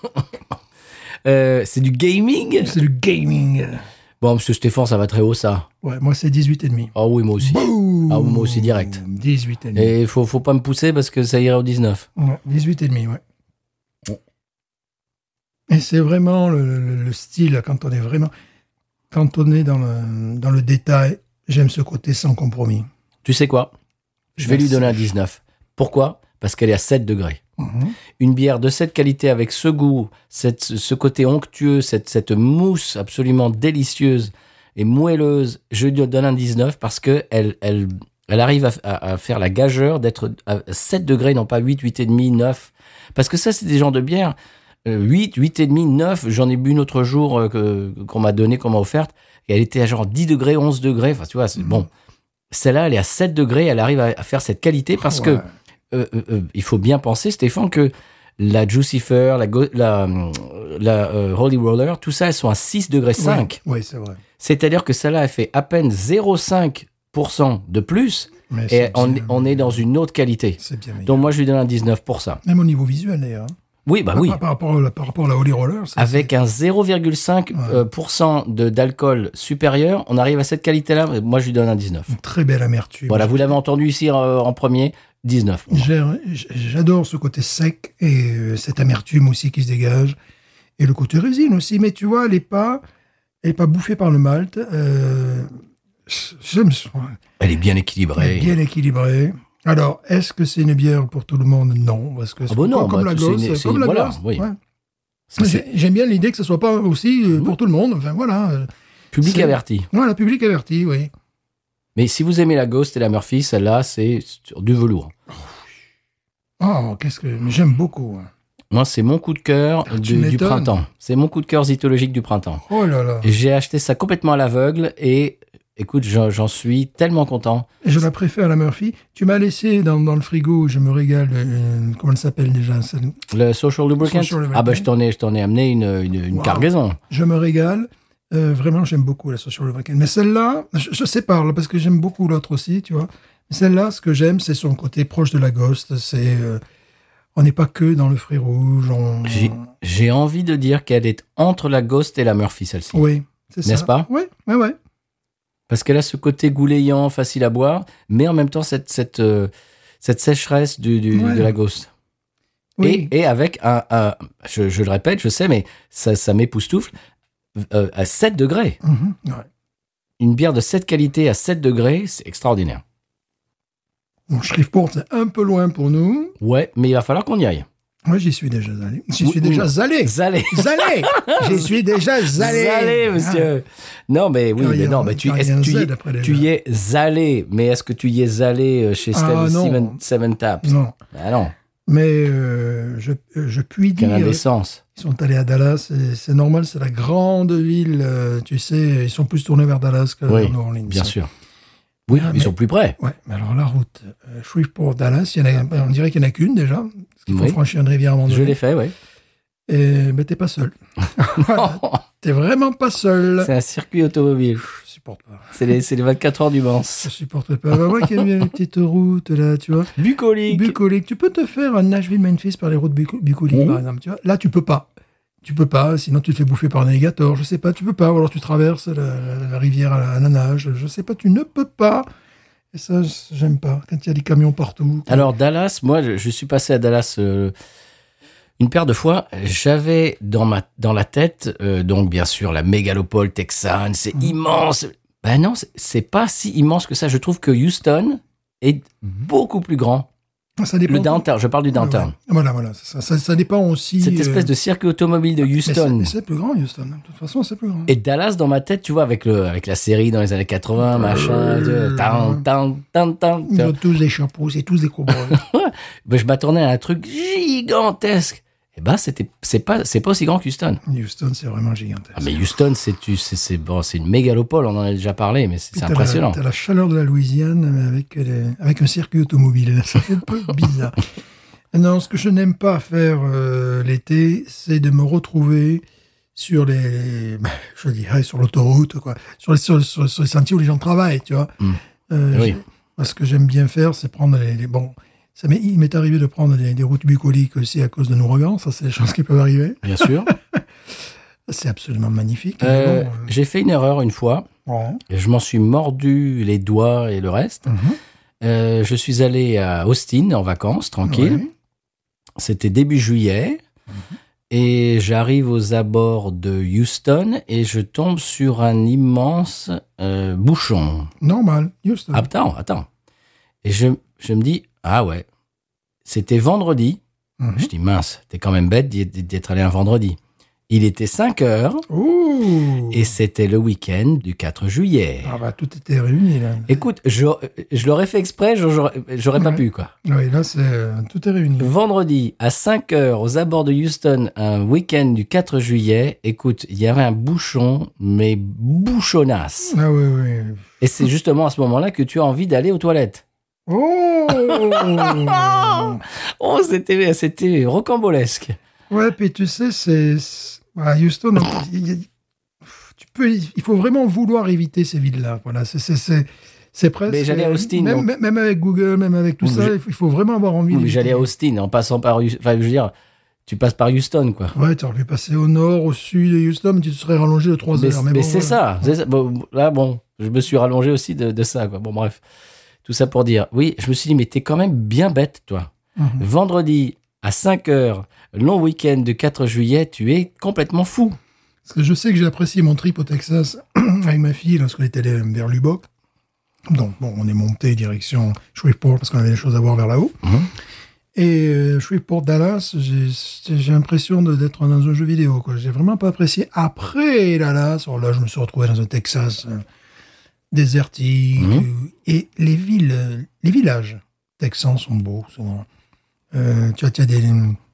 Euh, c'est du gaming
C'est du gaming.
Bon, monsieur Stéphane, ça va très haut, ça.
Ouais, moi, c'est 18,5.
Ah oui, moi aussi.
Bah Boum
Ah, moi aussi, direct.
18,5.
Et faut, faut pas me pousser parce que ça ira au 19.
Ouais, 18 et demi, ouais.
Oh.
Et c'est vraiment le, le- le style quand on est vraiment quand on est dans le, dans le détail. J'aime ce côté sans compromis.
Tu sais quoi Je vais
Merci.
lui donner un 19. Pourquoi Parce qu'elle est à 7 degrés.
Mhm.
Une bière de cette qualité avec ce goût, cette, ce côté onctueux, cette, cette mousse absolument délicieuse et moelleuse, je lui donne un 19 parce que elle, elle, elle arrive à, à- à faire la gageure d'être à 7 degrés, non pas 8, 8,5, 9. Parce que ça, c'est des genres de bières. euh, 8, 8,5, 9. J'en ai bu une autre jour euh, que- qu'on m'a donnée, qu'on m'a offerte. Et elle était à genre 10 degrés, 11 degrés. Enfin, tu vois, c'est bon. Celle-là, elle est à 7 degrés. Elle arrive à, à faire cette qualité parce que
Ouais.
euh, euh, euh, il faut bien penser, Stéphane, que la Jucifer, la, Go- la, la, euh, Holy Roller, tout ça, elles sont à 6 degrés 5.
Oui, oui, c'est vrai.
C'est-à-dire que celle-là a fait à peine 0,5% de plus
Mais
et
c'est
on,
bien-
on est dans une autre qualité.
C'est bien meilleur.
Donc moi, je lui donne un 19 pour ça.
Même au niveau visuel, d'ailleurs. hein.
Oui, bah
Par-
oui.
Par, rapport à la, par rapport à la Holy Roller, c'est-
Avec un 0,5%
Ouais.
euh, pour cent de- d'alcool supérieur, on arrive à cette qualité-là. Moi, je lui donne un 19.
c'est une très belle amertume.
Voilà, vous l'avez entendu ici euh, en premier, 19.
J'ai- J'adore ce côté sec et euh, cette amertume aussi qui se dégage. Et le côté résine aussi. Mais tu vois, elle n'est pas, elle est pas bouffée par le malt. Euh, J'aime ça.
Elle est bien
Elle est
équilibrée.
bien équilibrée. Alors, est-ce que c'est une bière pour tout le monde Non. Parce que c'est
bon, non,
comme
bah,
la
c'est une-
gosse.
c'est
comme
une-
la
voilà,
Ghost,
oui.
ouais.
Ça,
Mais
c'est Mmh.
j'ai- J'aime bien l'idée que ce soit pas aussi euh, pour tout le monde. Enfin, voilà. euh,
Public
c'est-
averti.
Voilà, public averti, oui.
Mais si vous aimez la Ghost et la Murphy, celle-là, c'est sur du velours.
Oh, qu'est-ce que. mais J'aime beaucoup. hein.
Moi, c'est mon coup de cœur
Ah, tu
du, du
m'étonnes.
printemps. C'est mon coup de cœur zytologique du printemps.
Oh là là.
Et J'ai acheté ça complètement à l'aveugle et écoute, j'en j'en suis tellement content.
Je la préfère à la Murphy. Tu m'as laissé dans, dans le frigo, je me régale. euh, comment elle s'appelle déjà celle-
Le social lubricant.
Social lubricant.
Ah bah je t'en ai, je t'en ai amené une, une, une
Wow.
cargaison.
Je me régale. Euh, vraiment, j'aime beaucoup la social lubricant. Mais celle-là, je, je sépare là, parce que j'aime beaucoup l'autre aussi, tu vois. Mais celle-là, ce que j'aime, c'est son côté proche de la Ghost. C'est. euh, on n'est pas que dans le fruit rouge. On...
J'ai- J'ai envie de dire qu'elle est entre la Ghost et la Murphy celle-ci.
Oui, c'est ça.
N'est-ce pas
Oui, oui, oui.
Parce qu'elle a ce côté gouléant, facile à boire, mais en même temps cette, cette, euh, cette sécheresse du, du-
Ouais.
de la Ghost.
Oui.
Et, et avec un, un- je, je le répète, je sais, mais ça, ça m'époustoufle, euh, à 7 degrés.
Mhm, ouais.
Une bière de cette qualité à 7 degrés, c'est extraordinaire.
Bon, Shreveport, c'est un peu loin pour nous.
Ouais, mais il va falloir qu'on y aille.
Moi, j'y suis déjà allé. J'y
Oui,
suis déjà allé.
Allez
Zalé J'y suis déjà zalé
Zalé, monsieur. Non, mais oui,
Car Ah. il y
mais
a
non,
un-
mais tu,
car il y
est-ce
a
que
un
tu y
Z
es,
après les
tu
gens.
y es zalé, mais est-ce que tu y es allé euh, chez
Ah,
Seven,
non.
Seven, Seven Taps
Non.
Ah non,
Mais euh, je, euh, je puis
quelle
dire,
indécence.
ils sont allés à Dallas, et c'est normal, c'est la grande ville, euh, tu sais, ils sont plus tournés vers Dallas que
Oui,
vers New Orleans.
Bien sûr. Oui,
Ah,
ils
mais-
sont plus près.
Ouais, mais alors la route, euh, Shreveport, Dallas, il y en a- on dirait qu'il n'y en a qu'une déjà, parce qu'il faut
Oui.
franchir une rivière avant de
Je l'ai fait, oui.
Et ben, t'es pas seul. Voilà, t'es vraiment pas seul.
c'est un circuit automobile.
Je supporte pas.
C'est les, c'est les 24 heures du Mans.
Je supporte pas. Bah, moi qui aime bien les petites routes, là, tu vois.
Bucolique.
Bucolique. Tu peux te faire un Nashville-Memphis par les routes buco- bucoliques,
Mhm.
par exemple. Tu vois Là, tu peux pas. Tu peux pas, sinon tu te fais bouffer par un alligator, je sais pas, tu peux pas, ou alors tu traverses la, la- la rivière à la, à la nage, je sais pas, tu ne peux pas. Et ça, c- j'aime pas, quand il y a des camions partout.
Alors Dallas, moi je, je suis passé à Dallas euh, une paire de fois. J'avais dans ma dans la tête euh, donc bien sûr la mégalopole texane, c'est
Mmh.
immense. Ben non, c'est- c'est pas si immense que ça. Je trouve que Houston est beaucoup plus grand.
Ah, ça dépend. Ah,
Le downtown, je parle du downtown.
Ouais, ouais. Voilà, voilà, ça, ça, ça dépend aussi.
Cette espèce
euh,
de circuit automobile de
mais c'est-
Houston.
Mais c'est plus grand, Houston. De toute façon, c'est plus grand.
Et Dallas dans ma tête, tu vois, avec le avec la série dans les années
Euh,
80, machin, de- tan, tan, tan, tan, tu
Ils
vois.
ont tous des chapeaux, c'est tous des cowboys.
Ben, je m'attendais à un truc gigantesque. Eh ben c'était c'est pas c'est pas aussi grand que Houston.
Houston, c'est vraiment gigantesque.
Ah, mais Houston, c'est tu- c'est- c'est- bon, c'est une mégalopole, on en a déjà parlé, mais c'est
Puis
c'est
t'as la-
impressionnant.
T'as la chaleur de la Louisiane mais avec, les- avec un circuit automobile. C'est un peu bizarre. Non, ce que je n'aime pas faire euh, l'été, c'est de me retrouver sur les, bah, je dirais sur l'autoroute, quoi, sur les, sur, sur- sur les sentiers où les gens travaillent, tu vois.
Mm.
Euh,
Oui.
je- moi, ce que j'aime bien faire, c'est prendre les, les- bon, ça m'est- il m'est arrivé de prendre des, des routes bucoliques aussi à cause d'un ouragan. Ça, c'est des choses qui peuvent arriver.
Bien sûr.
C'est absolument magnifique. mais
Euh,
bon,
J'ai fait une erreur une fois.
euh, ouais.
Je m'en suis mordu les doigts et le reste.
Mhm.
Euh, je suis allé à Austin en vacances, tranquille.
Ouais.
C'était début juillet.
Mhm.
Et j'arrive aux abords de Houston et je tombe sur un immense euh, bouchon.
Normal, Houston.
Ah, Attends, attends. Et je, je me dis, ah ouais, c'était vendredi.
Mhm.
Je dis, mince, t'es quand même bête d'y- d'y- d'être allé un vendredi. Il était 5 heures
Ouh
et c'était le week-end du 4 juillet.
Ah bah tout était réuni là.
Écoute, je, je l'aurais fait exprès, je- j'aurais j'aurais pas
Ouais.
pu, quoi.
Oui, là c'est euh, tout est réuni.
Vendredi, à 5 heures, aux abords de Houston, un week-end du 4 juillet. Écoute, il y avait un bouchon, mais bouchonasse.
Ah oui oui.
Et c'est justement à ce moment-là que tu as envie d'aller aux toilettes.
Oh
Oh, c'était c'était rocambolesque.
Ouais, puis tu sais, c'est c'est- à Houston, on- il y a- tu peux, il faut vraiment vouloir éviter ces villes-là. Voilà, c'est c'est- c'est c'est presque.
Mais j'allais à Austin,
Même,
donc.
même- même avec Google, même avec tout
Oui, mais
ça,
j'ai-
il faut- il faut vraiment avoir envie.
Oui, mais
d'éviter.
J'allais à Austin en passant par... Hous- Enfin, je veux dire, tu passes par Houston, quoi.
Ouais, t'aurais pu passer au nord, au sud de Houston, mais tu te serais rallongé de 3
Mais,
heures.
mais
bon,
c'est
voilà.
ça. c'est ça. Bon, là, bon, je me suis rallongé aussi de, de ça. Quoi. Bon, bref. Tout ça pour dire, oui, je me suis dit, mais t'es quand même bien bête, toi.
Mhm.
Vendredi à 5 h long week-end du 4 juillet, tu es complètement fou.
Parce que je sais que j'ai apprécié mon trip au Texas avec ma fille lorsqu'on était allé euh, vers Lubbock. Donc, bon, on est monté direction Shreveport parce qu'on avait des choses à voir vers là-haut.
Mhm.
Et euh, Shreveport, Dallas, j'ai j'ai l'impression de- d'être dans un jeu vidéo. quoi. J'ai vraiment pas apprécié. Après Dallas, alors là, je me suis retrouvé dans un Texas euh, désertique.
Mhm.
euh, Et les villes, euh, les villages texans sont beaux, souvent. Euh, tu as, tu as des.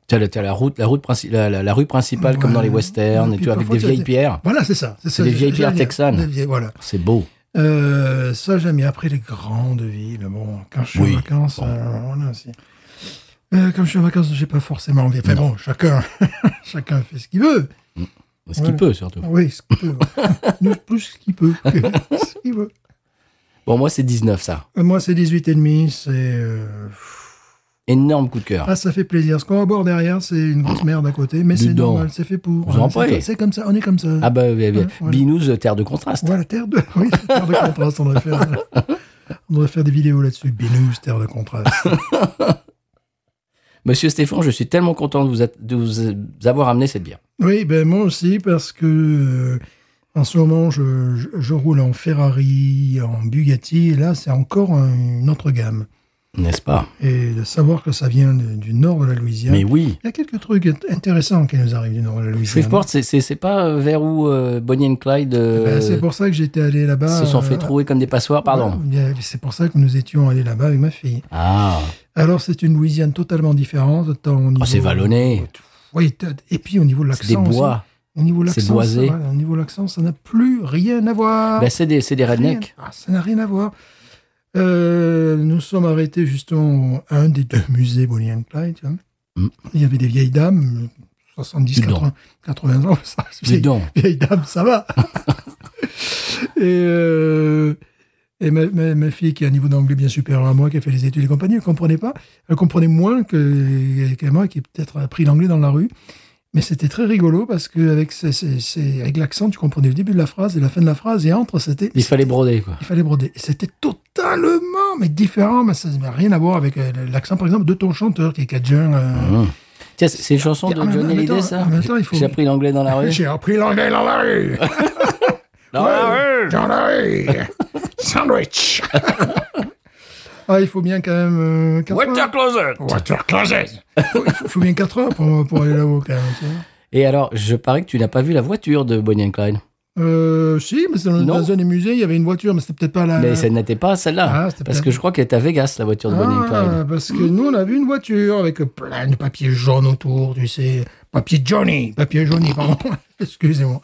Tu as, la- t'as la, route, la, route princi- la, la- la rue principale comme
Ouais.
dans les westerns,
Ouais,
et
puis
tu vois, avec
parfois,
des
t'as
vieilles
des-
pierres.
Voilà, c'est ça. C'est ça,
des
j'ai-
vieilles
j'ai-
pierres
j'ai-
texanes.
des vieilles- voilà.
C'est beau.
Euh, ça, j'aime bien. Après, les grandes villes, bon, quand je suis
Oui,
en vacances,
bon.
euh, voilà, c'est- Euh, quand je suis en vacances, j'ai pas forcément envie. Enfin bon, chacun, chacun fait ce qu'il veut.
Ce
Ouais.
qu'il peut, surtout.
Oui, ce qu'il peut. Nous, plus ce qu'il peut. que ce qu'il veut.
Bon, moi, c'est 19, ça.
Euh, Moi, c'est 18 et demi. C'est euh,
Énorme coup de cœur.
ah, ça fait plaisir. Ce qu'on va boire derrière, c'est une grosse merde à côté, mais
Dis
c'est
donc.
normal. C'est fait pour.
Vous en
C'est-
priez.
C'est comme ça. On est comme ça.
Ah, bah, oui, oui.
Ouais, voilà.
Binous, euh, terre de contraste.
Voilà, terre de, oui, terre de contraste. On devrait faire, on devrait faire des vidéos là-dessus. Binous, terre de contraste.
Monsieur Stéphane, je suis tellement content de vous, at- de vous avoir amené cette bière.
Oui, ben moi aussi, parce que euh, en ce moment, je, je- je roule en Ferrari, en Bugatti, et là, c'est encore un- une autre gamme.
N'est-ce pas
Et de savoir que ça vient de- du nord de la Louisiane.
Mais oui.
Il y a quelques trucs int- intéressants qui nous arrivent du nord de la Louisiane.
Shreveport, c'est- c'est c'est pas euh, vers où euh, Bonnie and Clyde euh,
Ben, c'est pour ça que j'étais allé là-bas.
se sont
euh,
fait trouer comme des passoires, pardon.
ouais, C'est pour ça que nous étions allés là-bas avec ma fille.
Ah,
Alors, c'est une Louisiane totalement différente. Tant au niveau-
c'est vallonné.
Oui, t- et puis au niveau de l'accent.
c'est des
aussi.
bois.
Au niveau de
C'est
l'accent, ça,
boisé.
voilà, au niveau de l'accent, ça n'a plus rien à voir.
Ben, c'est des, c'est des rednecks.
Rien- ah, ça n'a rien à voir. Euh, nous sommes arrêtés justement à un des deux musées Bonnie and Clyde. hein.
Mm.
Il y avait des vieilles dames, 70,
Dis donc.
80, 80 ans. Ça,
Dis
vieilles,
donc.
vieilles dames, ça va. et euh, et ma, ma- ma fille, qui a un niveau d'anglais bien supérieur à moi, qui a fait les études et compagnie, elle comprenait pas. Elle comprenait moins que, que moi, qui peut-être a appris l'anglais dans la rue. Mais c'était très rigolo parce qu'avec avec l'accent, tu comprenais le début de la phrase et la fin de la phrase. Et entre, c'était
Il fallait broder, quoi.
il fallait broder. Et C'était totalement mais différent, mais ça n'a rien à voir avec euh, l'accent, par exemple, de ton chanteur qui est Cajun. euh,
Mmh. Tiens, c'est c'est une chanson de
En même- en
Johnny
même temps-
Hallyday, ça
en même temps, il faut-
J'ai appris l'anglais dans la rue.
J'ai appris l'anglais dans la rue.
Dans la rue.
Dans la rue. Sandwich. ah, il faut bien quand même. Euh, 4 heures.
closet
Water closet. il faut, faut bien 4 heures pour, pour aller là-haut quand même. tu vois.
Et alors, je parie que tu n'as pas vu la voiture de Bonnie and Clyde.
Euh, si, mais c'est dans,
Non.
dans un des musées, il y avait une voiture, mais c'était peut-être pas la.
Mais ça n'était pas celle-là.
Ah, c'était
parce
peut-être-
que je crois qu'elle est à Vegas, la voiture de Bonnie and Clyde.
Ah, parce que nous, on a vu une voiture avec plein de papier jaune autour, tu sais. Papier Johnny, papier Johnny, pardon. Excusez-moi.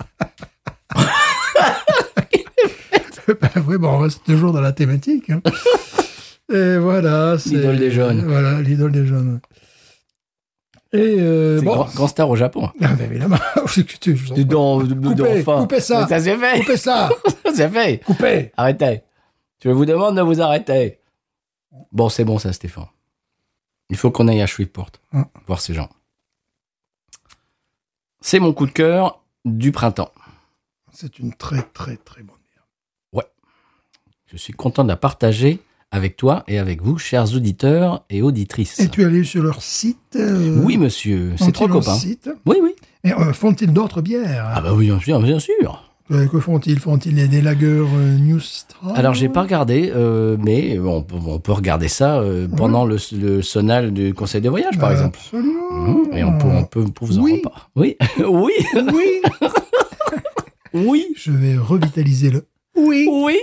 ben oui, bon, on reste toujours dans la thématique. hein. Et voilà. c'est-
L'idole des jaunes.
Voilà, l'idole des jeunes. Et euh,
C'est
bon.
grand, grand star au Japon.
Ah, ben évidemment. Je vous en prie.
Dis donc, dis donc,
Coupez,
enfin.
coupez ça.
Mais Ça s'est fait.
Coupez ça
Ça s'est fait.
Coupez
Arrêtez. Je vous demande de vous arrêter. Bon, c'est bon ça, Stéphane. Il faut qu'on aille à Shreveport,
Hum.
voir ces gens. C'est mon coup de cœur du printemps.
C'est une très, très, très bonne.
Je suis content de la partager avec toi et avec vous, chers auditeurs et auditrices.
Et tu es allé sur leur site euh,
Oui, monsieur, c'est
font-ils
trop
leur
copain.
site
Oui, Ah oui.
Et euh, font-ils d'autres bières
Ah bah oui, bien sûr, bien sûr.
Euh, que font-ils Font-ils des, des lagers euh, New Star
Alors, j'ai pas regardé, euh, mais on, peut- on peut regarder ça euh,
Mhm.
pendant le, le sonal du conseil de voyage,
Euh,
par exemple.
Absolument.
Et on peut, on peut, on peut vous en
Oui.
repar- Mmh. Oui, oui,
Oui,
oui,
je vais revitaliser le oui.
oui.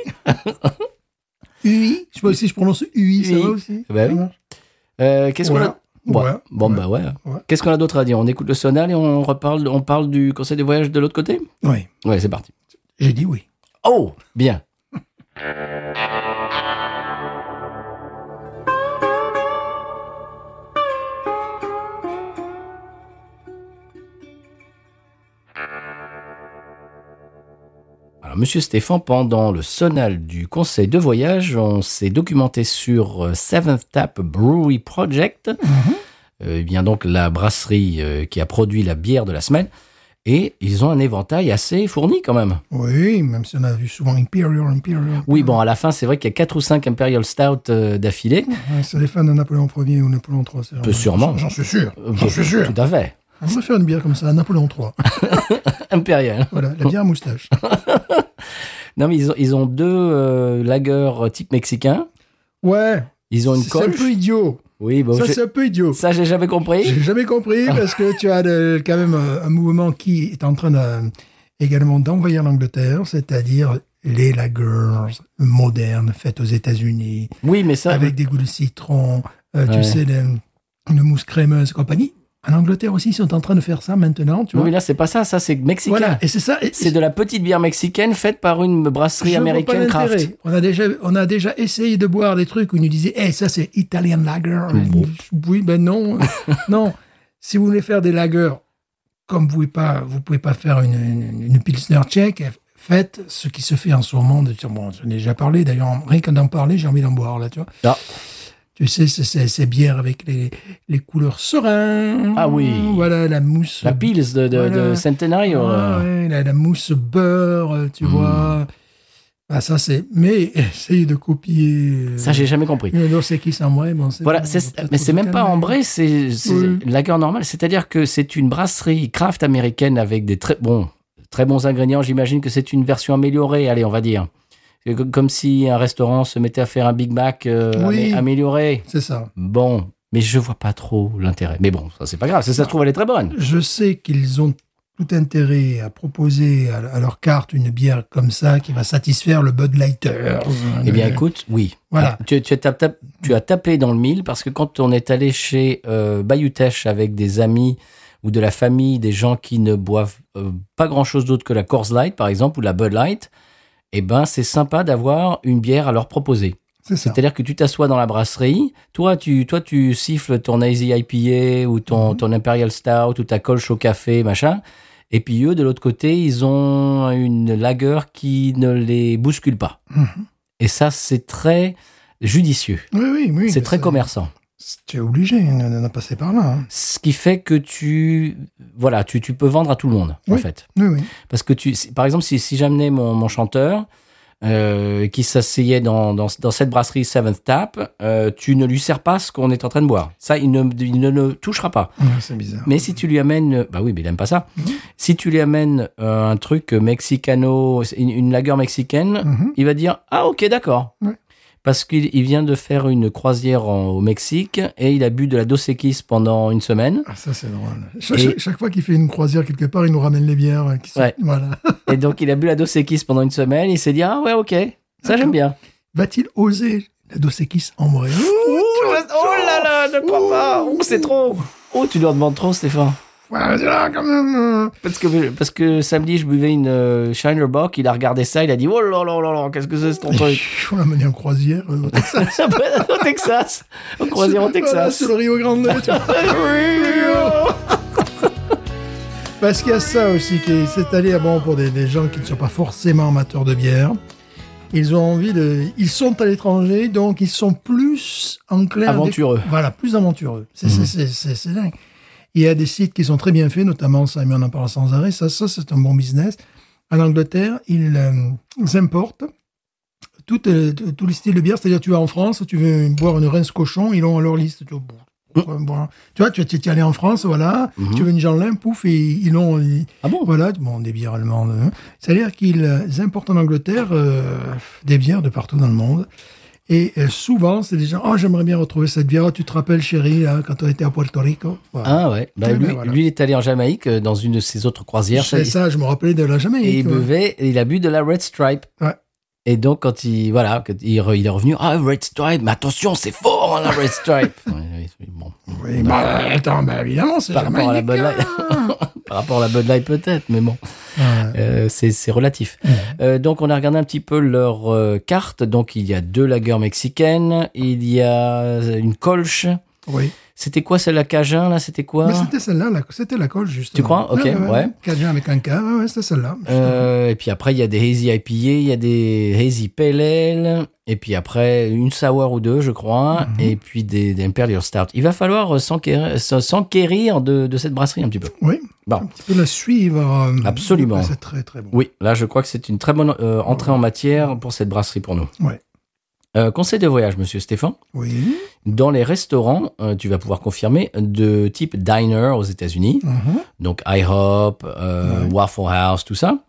UI. Je sais pas si je prononce UI, ça
Oui.
va aussi.
Bah
Ça
oui.
marche
Euh, Qu'est-ce qu'on a
Ouais.
Ouais.
Ouais.
Bon, bah ouais.
Ouais.
Qu'est-ce qu'on a d'autre à dire On écoute le sonal et on reparle, on parle du conseil de voyage de l'autre côté
Oui.
Ouais, c'est parti.
J'ai dit oui.
Oh, bien. Alors, Monsieur Stéphane, pendant le sonal du conseil de voyage, on s'est documenté sur euh, Seventh Tap Brewery Project, Euh, eh bien donc la brasserie euh, qui a produit la bière de la semaine, et ils ont un éventail assez fourni quand même.
Oui, même si on a vu souvent Imperial, Imperial.
Oui, bon, à la fin, c'est vrai qu'il y a 4 ou 5 Imperial Stout euh, d'affilée.
Ouais, C'est les fans de Napoléon Ier ou Napoléon III. c'est genre-
Peu sûrement.
J'en suis sûr.
Euh,
J'en Oh, suis sûr.
Tout à fait.
On va faire une bière comme ça, Napoléon III.
Impérial.
Voilà, la bière à moustache.
Non, mais ils ont, ils ont deux euh, lagers type mexicain.
Ouais.
Ils ont une
C'est un
colche.
peu idiot.
Oui, bon,
Ça,
j'ai-
c'est un peu idiot.
ça, j'ai jamais compris.
J'ai jamais compris parce que tu as le- quand même euh, un mouvement qui est en train de- également d'envahir l'Angleterre, c'est-à-dire les lagers modernes faites aux États-Unis
Oui, mais ça.
avec des goûts de citron, euh, tu
Ouais.
sais, de, de mousse crémeuse et compagnie. En Angleterre aussi, ils sont en train de faire ça maintenant, tu vois.
Oui, là, c'est pas ça. Ça, c'est mexicain.
voilà, et c'est ça. et-
C'est de la petite bière mexicaine faite par une brasserie
je vois pas
américaine
l'intérêt.
craft.
On a déjà, on a déjà essayé de boire des trucs où ils nous disaient, eh ça c'est Italian Lager.
Oh, Bon.
Oui, ben non, non. Si vous voulez faire des lagers, comme vous pouvez pas, vous pouvez pas faire une, une, une pilsner tchèque. Faites ce qui se fait en ce moment. De, bon, j'en ai déjà parlé. D'ailleurs, rien qu'en d'en parler, j'ai envie d'en boire là, tu vois.
Ah.
Tu sais, c'est- c'est- ces bières avec les, les couleurs serein.
Ah oui.
Voilà la mousse.
La Pils de, de,
Voilà.
de Centenario.
Ah,
euh.
ouais, la, la mousse beurre, euh, tu
Mm.
vois. Ah, ça, c'est. Mais essayer de copier. euh,
Ça, j'ai jamais compris.
mais alors, c'est qui sans moi bon, c'est
Voilà,
bon,
c'est-
on va peut-être
mais c'est
se
même pas
calmer.
ambré, c'est c'est
Oui.
lager normal. C'est-à-dire que c'est une brasserie craft américaine avec des très bons, très bons ingrédients. J'imagine que c'est une version améliorée, allez, on va dire. C'est co- Comme si un restaurant se mettait à faire un Big Mac euh,
Oui.
amé- amélioré.
C'est ça.
Bon, mais je vois pas trop l'intérêt. Mais bon, ça c'est pas grave. Si ça se trouve, elle est très bonne.
Je sais qu'ils ont tout intérêt à proposer à, à leur carte une bière comme ça qui va satisfaire le Bud Lighter. Euh,
Eh bien,
Le-
écoute, oui.
Voilà.
Ah, Tu, tu as tap- tap- tu as tapé dans le mille parce que quand on est allé chez euh, Bayutech avec des amis ou de la famille, des gens qui ne boivent euh, pas grand-chose d'autre que la Coors Light, par exemple, ou la Bud Light, eh ben, c'est sympa d'avoir une bière à leur proposer.
C'est ça.
C'est-à-dire que tu t'assois dans la brasserie, toi, tu, toi, tu siffles ton Easy IPA ou ton,
Mhm.
ton Imperial Stout ou ta colche au café, machin. Et puis eux, de l'autre côté, ils ont une lagueur qui ne les bouscule pas.
Mhm.
Et ça, c'est très judicieux.
Oui, oui, oui.
c'est
mais
très commerçant.
Tu es obligé de, de passer par là. hein.
Ce qui fait que tu, voilà, tu, tu peux vendre à tout le monde, en
Oui.
fait.
Oui, oui.
Parce que tu, si- par exemple, si, si j'amenais mon, mon chanteur, euh, qui s'asseyait dans, dans, dans cette brasserie Seventh Tap, euh, tu ne lui sers pas ce qu'on est en train de boire. Ça, il ne, il ne le touchera pas.
Ouais, Ah, c'est bizarre.
Mais si tu lui amènes, bah oui, mais il aime pas ça.
Mhm.
Si tu lui amènes euh, un truc mexicano, une, une lagueur mexicaine,
Mhm.
il va dire ah ok d'accord.
Ouais.
Parce qu'il il vient de faire une croisière en- au Mexique et il a bu de la Dos Equis pendant une semaine.
Ah, ça, c'est drôle. Cha-
Et-
cha- Chaque fois qu'il fait une croisière quelque part, il nous ramène les bières. euh, qui sont-
Ouais.
Voilà.
Et donc il a bu la Dos Equis pendant une semaine. Il s'est dit ah ouais ok ça
D'accord.
j'aime bien.
Va-t-il oser la Dos Equis en vrai
oh là, ne
crois pas. Oh, c'est
trop. Oh tu leur demandes trop Stéphane.
Ouais, c'est là, quand même. euh.
Parce que parce que samedi je buvais une euh, Shiner Bock. Il a regardé ça. Il a dit oh là là là là qu'est-ce que c'est ce truc.
On l'a mené en croisière euh, au Texas.
Ça peut être au Texas. On croisière au
Sur- voilà,
Texas.
sur le Rio Grande. tu vois. Parce qu'il y a ça aussi qui est- c'est allé bon, pour des, des gens qui ne sont pas forcément amateurs de bière. Ils ont envie de. Ils sont à l'étranger, donc ils sont plus enclins. à déc-
Aventureux.
Voilà, plus aventureux. C'est c'est- c'est- c'est- c'est dingue. Il y a des sites qui sont très bien faits, notamment Simon en parle sans arrêt. Ça, ça c'est un bon business. En Angleterre, ils, euh, ils importent toutes, euh, tous les styles de bière. C'est-à-dire, tu vas en France, tu veux boire une Reims cochon, ils l'ont à leur liste. Tu vois, bon, Bon, bon, tu vois, tu tu- tu es allé en France, voilà,
Mhm.
tu veux une Jeanlin, pouf, et ils l'ont. ils-
Ah bon
Voilà, bon, des bières allemandes. hein. C'est-à-dire qu'ils importent en Angleterre euh, des bières de partout dans le monde. Et euh, souvent, c'est des gens, oh, j'aimerais bien retrouver cette bière. Oh, tu te rappelles, chérie, là, quand on était à Puerto Rico Voilà.
Ah ouais. Bah,
Eh ben,
lui,
voilà.
lui, il est allé en Jamaïque euh, dans une de ses autres croisières.
C'est
ça,
ça, je me rappelais de la Jamaïque. hein.
Et il
ouais.
buvait, et il a bu de la Red Stripe.
Ouais.
Et donc, quand il, voilà, quand il, re- il est revenu, ah, Red Stripe, mais attention, c'est fort, hein, la Red Stripe. Ouais, ouais, c'est- bon.
Oui, bah, attends, bah, évidemment, c'est
Par rapport à la
Jamaïque,
Bud Light.
hein.
Par rapport à la Bud Light, peut-être, mais bon,
Ouais.
euh, c'est c'est relatif. Euh, donc, on a regardé un petit peu leur euh, carte. Donc, il y a deux lagers mexicaines, il y a une colche.
Oui.
C'était quoi celle à Cajun, là C'était quoi
Mais c'était celle-là, la- c'était la colle, justement.
crois Ok, ouais.
Cajun avec un K, ouais, ouais, c'était celle-là.
Euh, et puis après, il y a des hazy IPA, il y a des hazy pale ale, et puis après, une sour ou deux, je crois, et puis des, des Imperial Stout. Il va falloir euh, s'enquérir s- s'enquérir de, de cette brasserie un petit peu.
Oui.
Bon.
Un petit peu la suivre. euh,
Absolument.
C'est très, très bon.
Oui, là, je crois que c'est une très bonne euh, entrée en matière pour cette brasserie pour nous.
Ouais.
Euh, conseil de voyage, monsieur Stéphane.
Oui.
Dans les restaurants, euh, tu vas pouvoir confirmer, de type diner aux États-Unis,
Mhm.
donc IHOP, euh,
Ouais.
Waffle House, tout ça,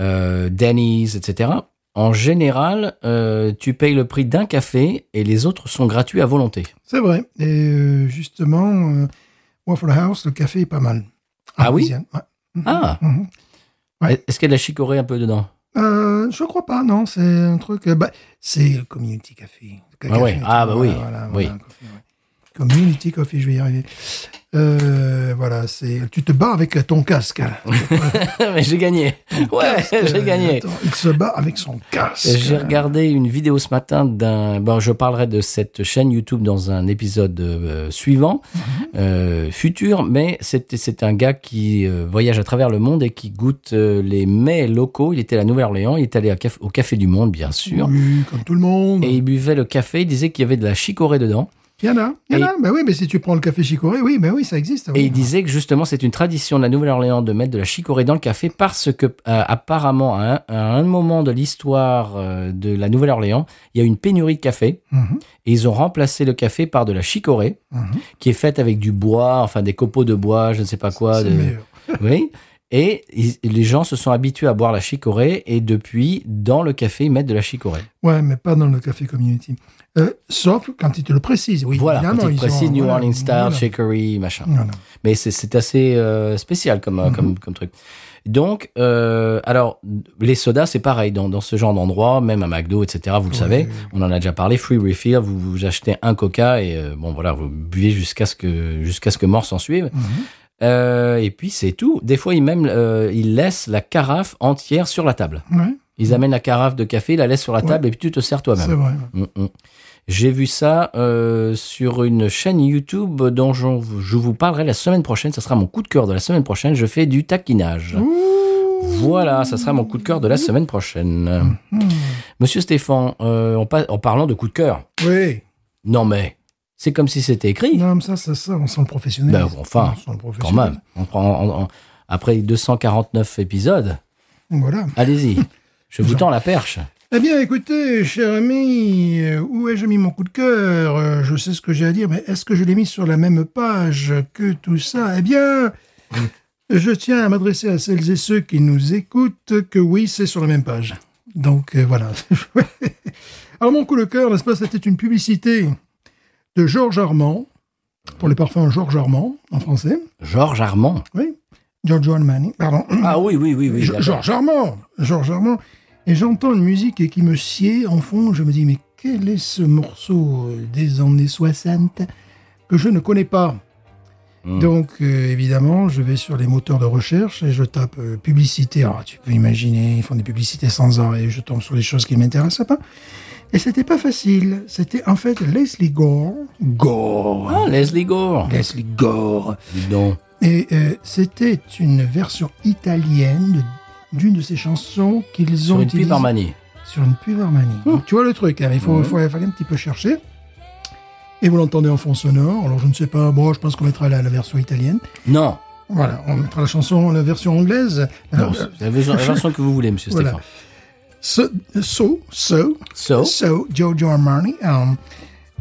euh, Denny's, etc. En général, euh, tu payes le prix d'un café et les autres sont gratuits à volonté.
C'est vrai. Et euh, justement, euh, Waffle House, le café est pas mal.
Ah oui
Louisiane, ouais.
Ah
Mhm. Ouais.
Est-ce qu'il y a de la chicorée un peu dedans
Euh, Je crois pas, non. C'est un truc. euh, bah, c'est le Community Café. Le
Ah
café,
ouais.
tu
Ah,
vois,
bah oui.
voilà,
Oui.
voilà, un café, ouais. Community Coffee, je vais y arriver. Euh, voilà, c'est. Tu te bats avec ton casque. hein.
Mais j'ai gagné Ouais, j'ai gagné
Attends, il se bat avec son casque.
J'ai regardé une vidéo ce matin d'un. Bon, je parlerai de cette chaîne YouTube dans un épisode euh, suivant, euh, futur, mais c'était- c'est un gars qui euh, voyage à travers le monde et qui goûte euh, les mets locaux. Il était à la Nouvelle-Orléans, il est allé à caf- au Café du Monde, bien sûr.
Oui, comme tout le monde.
Et il buvait le café, il disait qu'il y avait de la chicorée dedans.
Il y en a. Il y en a. Bah oui, mais si tu prends le café chicoré, oui, mais oui, ça existe. oui.
Et il disait que justement, c'est une tradition de la Nouvelle-Orléans de mettre de la chicorée dans le café parce que, euh, apparemment, à un, à un moment de l'histoire euh, de la Nouvelle-Orléans, il y a eu une pénurie de café.
Mhm,
Et ils ont remplacé le café par de la chicorée,
mhm.
qui est faite avec du bois, enfin des copeaux de bois, je ne sais pas quoi.
C'est
de-
le meilleur.
Oui. Et ils- les gens se sont habitués à boire la chicorée et depuis, dans le café, ils mettent de la chicorée.
Ouais, mais pas dans le café community. Euh, sauf quand ils te le précisent. Oui,
voilà,
évidemment,
quand ils
ils
précisent
ont-
New
voilà,
Orleans style,
voilà.
chicory, machin.
Voilà.
Mais c'est- c'est assez euh, spécial comme, euh,
Mhm.
comme, comme truc. Donc, euh, alors, les sodas, c'est pareil dans, dans ce genre d'endroit, même à McDo, etc. Vous le
Ouais.
savez, on en a déjà parlé. Free refill, vous, vous achetez un coca et euh, bon, voilà, vous buvez jusqu'à ce que jusqu'à ce que mort s'en suive.
Mhm.
Euh, et puis c'est tout. Des fois, ils même euh, ils laissent la carafe entière sur la table.
Ouais,
Ils amènent la carafe de café, la laissent sur la
Mm. Ouais.
table et puis tu te sers
c'est
toi-même.
vrai.
Mm, mm. J'ai vu ça euh, sur une chaîne YouTube dont je, je vous parlerai la semaine prochaine. Ça sera mon coup de cœur de la semaine prochaine. Je fais du taquinage. Voilà, ça sera mon coup de cœur de la semaine prochaine.
Mhm.
Monsieur Stéphane, euh, en, pa- en parlant de coup de cœur,
Oui.
non mais c'est comme si c'était écrit.
Non, mais ça, ça, ça, on sent le professionnel.
Ben, enfin,
on sent le
Quand même,
professionnalisme.
on prend, on- on- après 249 épisodes,
Voilà.
allez-y. Je vous tends la perche.
Eh bien, écoutez, cher ami, euh, où ai-je mis mon coup de cœur Euh, Je sais ce que j'ai à dire, mais est-ce que je l'ai mis sur la même page que tout ça Eh bien, je tiens à m'adresser à celles et ceux qui nous écoutent que oui, c'est sur la même page. Donc, euh, voilà. Alors, mon coup de cœur, n'est-ce pas, c'était une publicité de Georges Armand, pour les parfums Georges Armand, en français.
Georges Armand.
Oui, Giorgio Armani, pardon.
Ah oui, oui, oui, oui.
Jo-
d'accord.
Georges Armand, Georges Armand. Et j'entends une musique qui me sied en fond. Je me dis, mais quel est ce morceau euh, des années 60 que je ne connais pas
Hmm.
Donc, euh, évidemment, je vais sur les moteurs de recherche et je tape euh, publicité. Alors, tu peux imaginer, ils font des publicités sans arrêt. Je tombe sur des choses qui ne m'intéressent pas. Et c'était pas facile. C'était en fait Leslie Gore. Gore.
Ah, Leslie Gore.
Leslie Gore.
Dis donc.
Et euh, c'était une version italienne de- d'une de ces chansons qu'ils ont
Sur une
utilisée
pipe Armani. Hum.
sur une pub Armani. Donc, tu vois le truc, hein, il faut, faut- il fallait un petit peu chercher. Et vous l'entendez en fond sonore. Alors je ne sais pas, moi je pense qu'on mettra la, la version italienne.
Non.
Voilà, on mettra la chanson, la version anglaise.
Non,
Alors, euh,
c'est la version- la version que vous voulez, monsieur
Voilà.
Stéphane.
so, so,
So,
so, so, Giorgio Armani. um,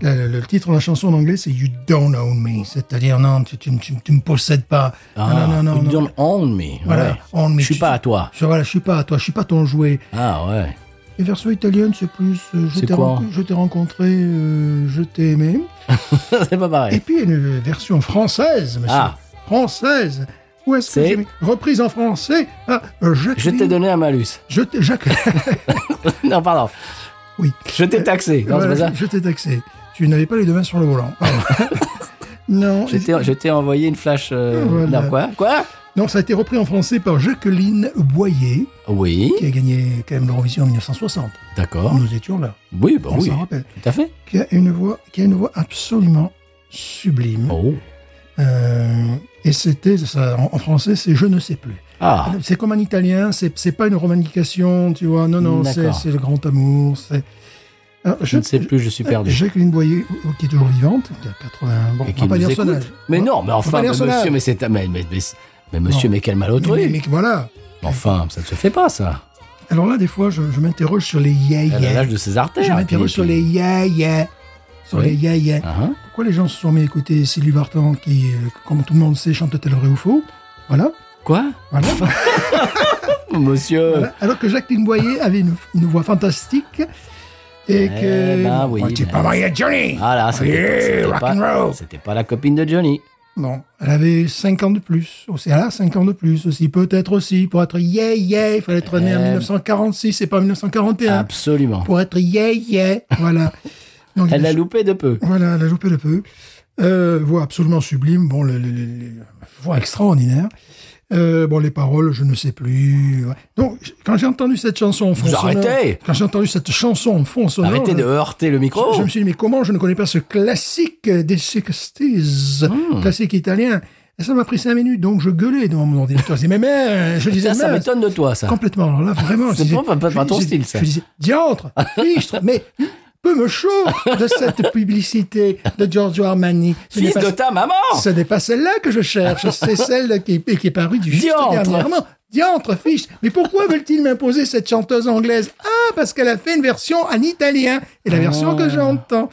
Le, le- le titre de la chanson en anglais, c'est You Don't Own Me. C'est-à-dire, non, tu, tu, tu, tu me possèdes pas.
Ah,
non, non, non.
you
non.
don't own me.
Voilà,
Ouais.
own me.
Je suis
Tu-
pas à toi.
Je, voilà, je suis pas à toi, je suis pas ton jouet.
Ah ouais.
Et version italienne, c'est plus euh, je
C'est
t'ai
quoi
ren- je t'ai rencontré, euh, je t'ai aimé.
c'est pas
Et
pareil.
puis une version française, monsieur.
Ah.
Française. Où est-ce que
C'est
j'ai mis Reprise en français. Ah, euh,
Je
Jacqueline-
t'ai donné un malus.
Je t'ai. Jacques.
non, pardon.
oui.
Je t'ai taxé. Non, c'est
Voilà,
pas ça.
je je t'ai taxé. Tu n'avais pas les deux mains sur le volant. Pardon. non.
Je t'ai- je t'ai envoyé une flash. euh,
Voilà.
non, quoi Quoi
Non, ça a été repris en français par Jacqueline Boyer,
Oui,
qui a gagné quand même l'Eurovision en 1960.
d'accord.
Nous étions là.
Oui, bah
On
oui.
s'en rappelle.
Tout à fait.
Qui a une voix, qui a une voix absolument sublime.
Oh.
Euh, et c'était, ça, en, en français, c'est je ne sais plus.
Ah,
C'est comme en italien, c'est c'est pas une romandication, tu vois. Non, non, c'est
D'accord.
c'est le grand amour. c'est- Alors,
je ne sais plus, je suis perdu.
Jacqueline Boyer, qui est toujours vivante, qui a 80.
Et
Bon, on va
qui
pas
nous
dire
écoute.
son âge.
Mais
On va-
non, mais
on va
enfin,
pas
mais
dire son
monsieur,
âge.
mais c'est ta- mais, mais, mais- mais monsieur,
Non.
mais quel mal
Mais-
autrui.
mais- mais voilà.
Enfin, ça ne se fait pas, ça.
Alors là, des fois, je, je m'interroge sur les
Elle a
yeah-yeah.
l'âge de ses
Je
artères.
m'interroge
puis-
sur les
puis-
yeah-yeah. Sur
Oui.
les yeah-yeah.
Ah, hein.
Pourquoi les gens se sont mis à écouter Sylvie Vartan, qui, euh, comme tout le monde sait, chante tel vrai ou faux Voilà.
Quoi
Voilà.
Monsieur
Voilà. Alors que Jacqueline Boyer avait une, une voix fantastique et
Eh
que.
ben oui,
Ouais, t'es
mais-
pas marié à Johnny
Ah là, c'était
Yeah,
c'était
rock
pas,
and roll.
c'était pas la copine de Johnny.
Non, elle avait 5 ans de plus. Aussi, elle a 5 ans de plus aussi, peut-être aussi. Pour être yeah yeah, il fallait être né en
Euh.
1946 et pas en 1941.
Absolument.
Pour être yeah yeah, voilà. Donc,
Elle
il
l'a
a-
loupé de peu.
Voilà, elle a loupé le peu. Euh, voix absolument sublime, bon, le- le- le- le- voix extraordinaire. Euh, bon, les paroles, je ne sais plus. Ouais. Donc, j- quand j'ai entendu cette chanson en fond
Vous
sonore-
arrêtez
Quand j'ai entendu cette chanson en fond sonore...
Arrêtez
je-
de heurter le micro.
je, je me suis dit, mais comment je ne connais pas ce classique des 60s,
Hmm.
classique italien Et ça m'a pris cinq minutes, donc je gueulais devant mon ordinateur. Je disais, mais merde Je disais,
Ça, ça
merde
m'étonne de toi, ça.
Complètement, alors là, vraiment. je
C'est
disais-
pas- pas- pas
je
ton
disais-
style, ça.
Je disais, diantre, fichtre, mais peu me chaud de cette publicité de Giorgio Armani. Ce n'est
Fils
pas-
de ta maman
ce n'est pas celle-là que je cherche, c'est celle qui, qui est parue du juste
Diantre.
dernièrement. Diantre, fiche. Mais pourquoi veulent-ils m'imposer cette chanteuse anglaise Ah, parce qu'elle a fait une version en italien. Et la version
Ah.
que j'entends.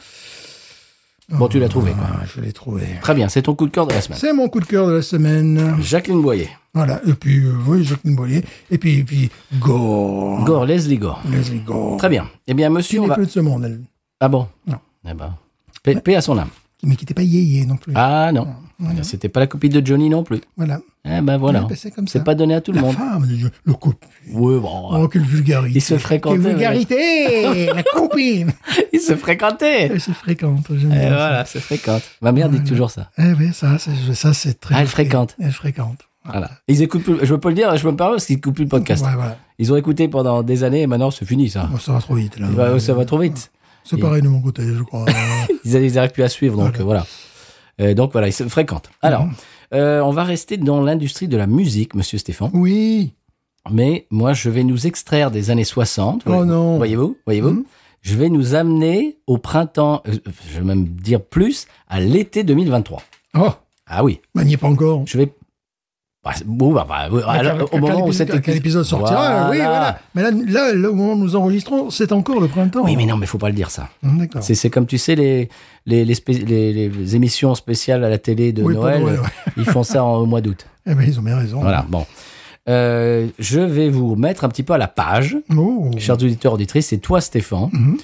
Bon, tu l'as trouvé, quoi.
Ah, je l'ai trouvé.
Très bien, c'est ton coup de cœur de la semaine.
C'est mon coup de cœur de la semaine.
Jacqueline Boyer.
Voilà. Et puis, euh, oui, Jacqueline Boyer. Et puis, et puis, Gore.
Gore, Leslie Gore.
Leslie Gore.
Très bien. Eh bien, monsieur,
Qui
on
n'est
va...
plus de ce monde, elle.
Ah bon
Non.
Eh ben, paix, paix à son âme.
Mais qui n'était pas yéyé non plus.
Ah non. C'était pas la copine de Johnny non plus.
Voilà.
Eh ben voilà.
Ouais, bah, c'est comme ça.
pas donné à tout le
La
monde.
femme, de Dieu. le copain.
Ouais, bon,
Oh, quelle vulgarité.
Ils se fréquentaient,
Quelle vulgarité La copine
Ils se fréquentaient.
Elle se fréquente, j'aime
Et
bien. ça.
Eh, voilà, c'est fréquente. Ma mère dit toujours ça.
Eh oui, ça, c'est, ça, c'est très.
Ah, elle
marqué.
fréquente.
Elle fréquente.
Voilà. Ils écoutent plus- je peux le dire, je me parle parce qu'ils écoutent plus le podcast.
Ouais, voilà.
Ils ont écouté pendant des années et maintenant c'est fini ça.
Bon, ça va trop vite, là.
Bah, ça va trop vite.
C'est pareil de mon côté, je crois. Ouais.
Ils n'arrivent plus à suivre, donc euh, voilà. Euh, donc voilà, ils se fréquentent. Alors,
Mhm.
euh, on va rester dans l'industrie de la musique, monsieur Stéphane.
oui.
Mais moi, je vais nous extraire des années 60.
Oh
Voyez-
non.
Voyez-vous Voyez-vous
Mhm.
Je vais nous amener au printemps, euh, je vais même dire plus, à l'été 2023.
Oh,
Ah oui,
bah, n'y est pas encore.
je vais. Bah, c'est- bon, bah, bah, oui, alors,
Quand-
au
quand
moment où
l'épisode-
cet
quand
épisode-
l'épisode sortira, hein, euh, oui, voilà. Mais là, là, là, au moment où nous enregistrons, c'est encore le printemps.
Oui, mais non, mais faut pas le dire ça.
Hum, D'accord.
C'est c'est comme tu sais les les, les, spé- les- les émissions spéciales à la télé de
Oui, pas
Noël,
Noël, ouais.
ils font ça en- au mois d'août.
Eh ben, ils ont bien raison.
Voilà, bon. Euh, je vais vous mettre un petit peu à la page,
Oh.
chers auditeurs, auditrices, c'est toi Stéphane.
Mhm.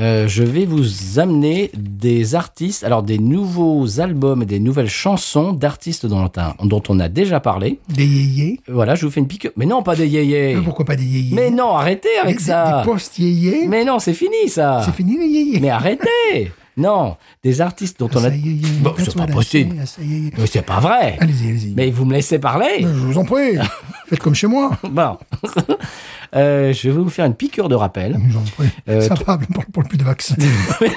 Euh, je vais vous amener des artistes, alors des nouveaux albums et des nouvelles chansons d'artistes dont, on a- dont on a déjà parlé.
Des yéyés. Ah,
Voilà, je vous fais une pique. Mais non, pas des yéyés.
Pourquoi pas des yéyés
Mais non, arrêtez
Des-
avec
des-
ça.
Des postes yéyés.
Mais non, c'est fini ça.
C'est fini les yéyés.
Mais arrêtez. non, des artistes dont on a.
Ah, Ça y est, y est.
Bon, Bah, c'est
That's
pas
what I
possible.
say, ça y est.
Mais c'est pas vrai.
Allez-y, allez-y.
Mais vous me laissez parler.
Je vous en prie. Faites comme chez moi.
Bon, Euh, je vais vous faire une piqûre de rappel.
Je vous en prie.
Euh,
ça va, on parle pour le plus de vaccin.
mais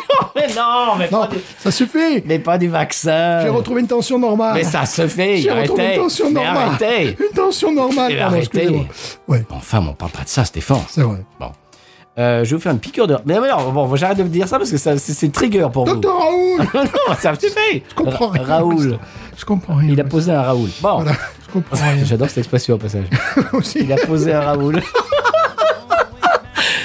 non, mais,
non,
Pas, du,
ça suffit.
mais pas du vaccin.
J'ai retrouvé une tension normale.
Mais ça se fait.
J'ai retrouvé
Arrêtez.
une tension
Mais
normale.
arrêtez.
Une tension normale.
Mais
Pardon,
arrêtez.
excusez-moi. Ouais,
Enfin, mais on parle pas de ça, Stéphane.
c'est vrai.
Bon. Euh, je vais vous faire une piqûre de. Mais alors, bon, j'arrête de vous dire ça parce que ça, c'est, c'est trigger pour
Docteur Raoul,
vous. non, ça me suffit.
je comprends rien.
Raoul.
Je comprends rien.
Il a posé un Raoul. Bon.
Voilà, je comprends rien.
J'adore cette expression au passage.
aussi.
Il a posé un Raoul.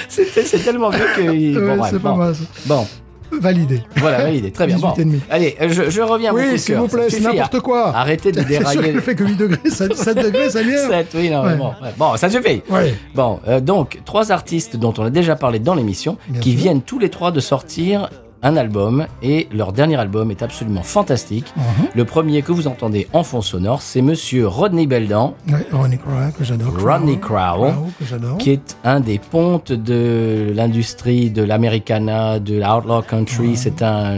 C'était- c'est tellement vieux que. il-
Ouais,
bref,
c'est pas mal, ça.
Bon.
validé.
Voilà, validé. Très bien. Bon.
18 et demi.
Allez, euh, je, je reviens à mon coup de
Oui, s'il
cœur.
vous plaît,
Ça
c'est
suffit,
n'importe
hein.
quoi.
Arrêtez de
C'est sûr que
dérailler.
le fait que 8 degrés, 7, degrés, ça vient.
Sept, oui, non,
Ouais.
bon, ouais. Bon, ça suffit.
Ouais.
Bon, euh, donc, trois artistes dont on a déjà parlé dans l'émission,
Bien
qui
sûr.
viennent tous les trois de sortir un album, et leur dernier album est absolument fantastique.
Mhm.
Le premier que vous entendez en fond sonore, c'est Monsieur Rodney Beldan,
Ouais, Ronnie Crowell, que j'adore.
Rodney Crowell,
Crowell, que j'adore.
ah qui est un des pontes de l'industrie de l'Americana, de l'Outlaw Country. C'est un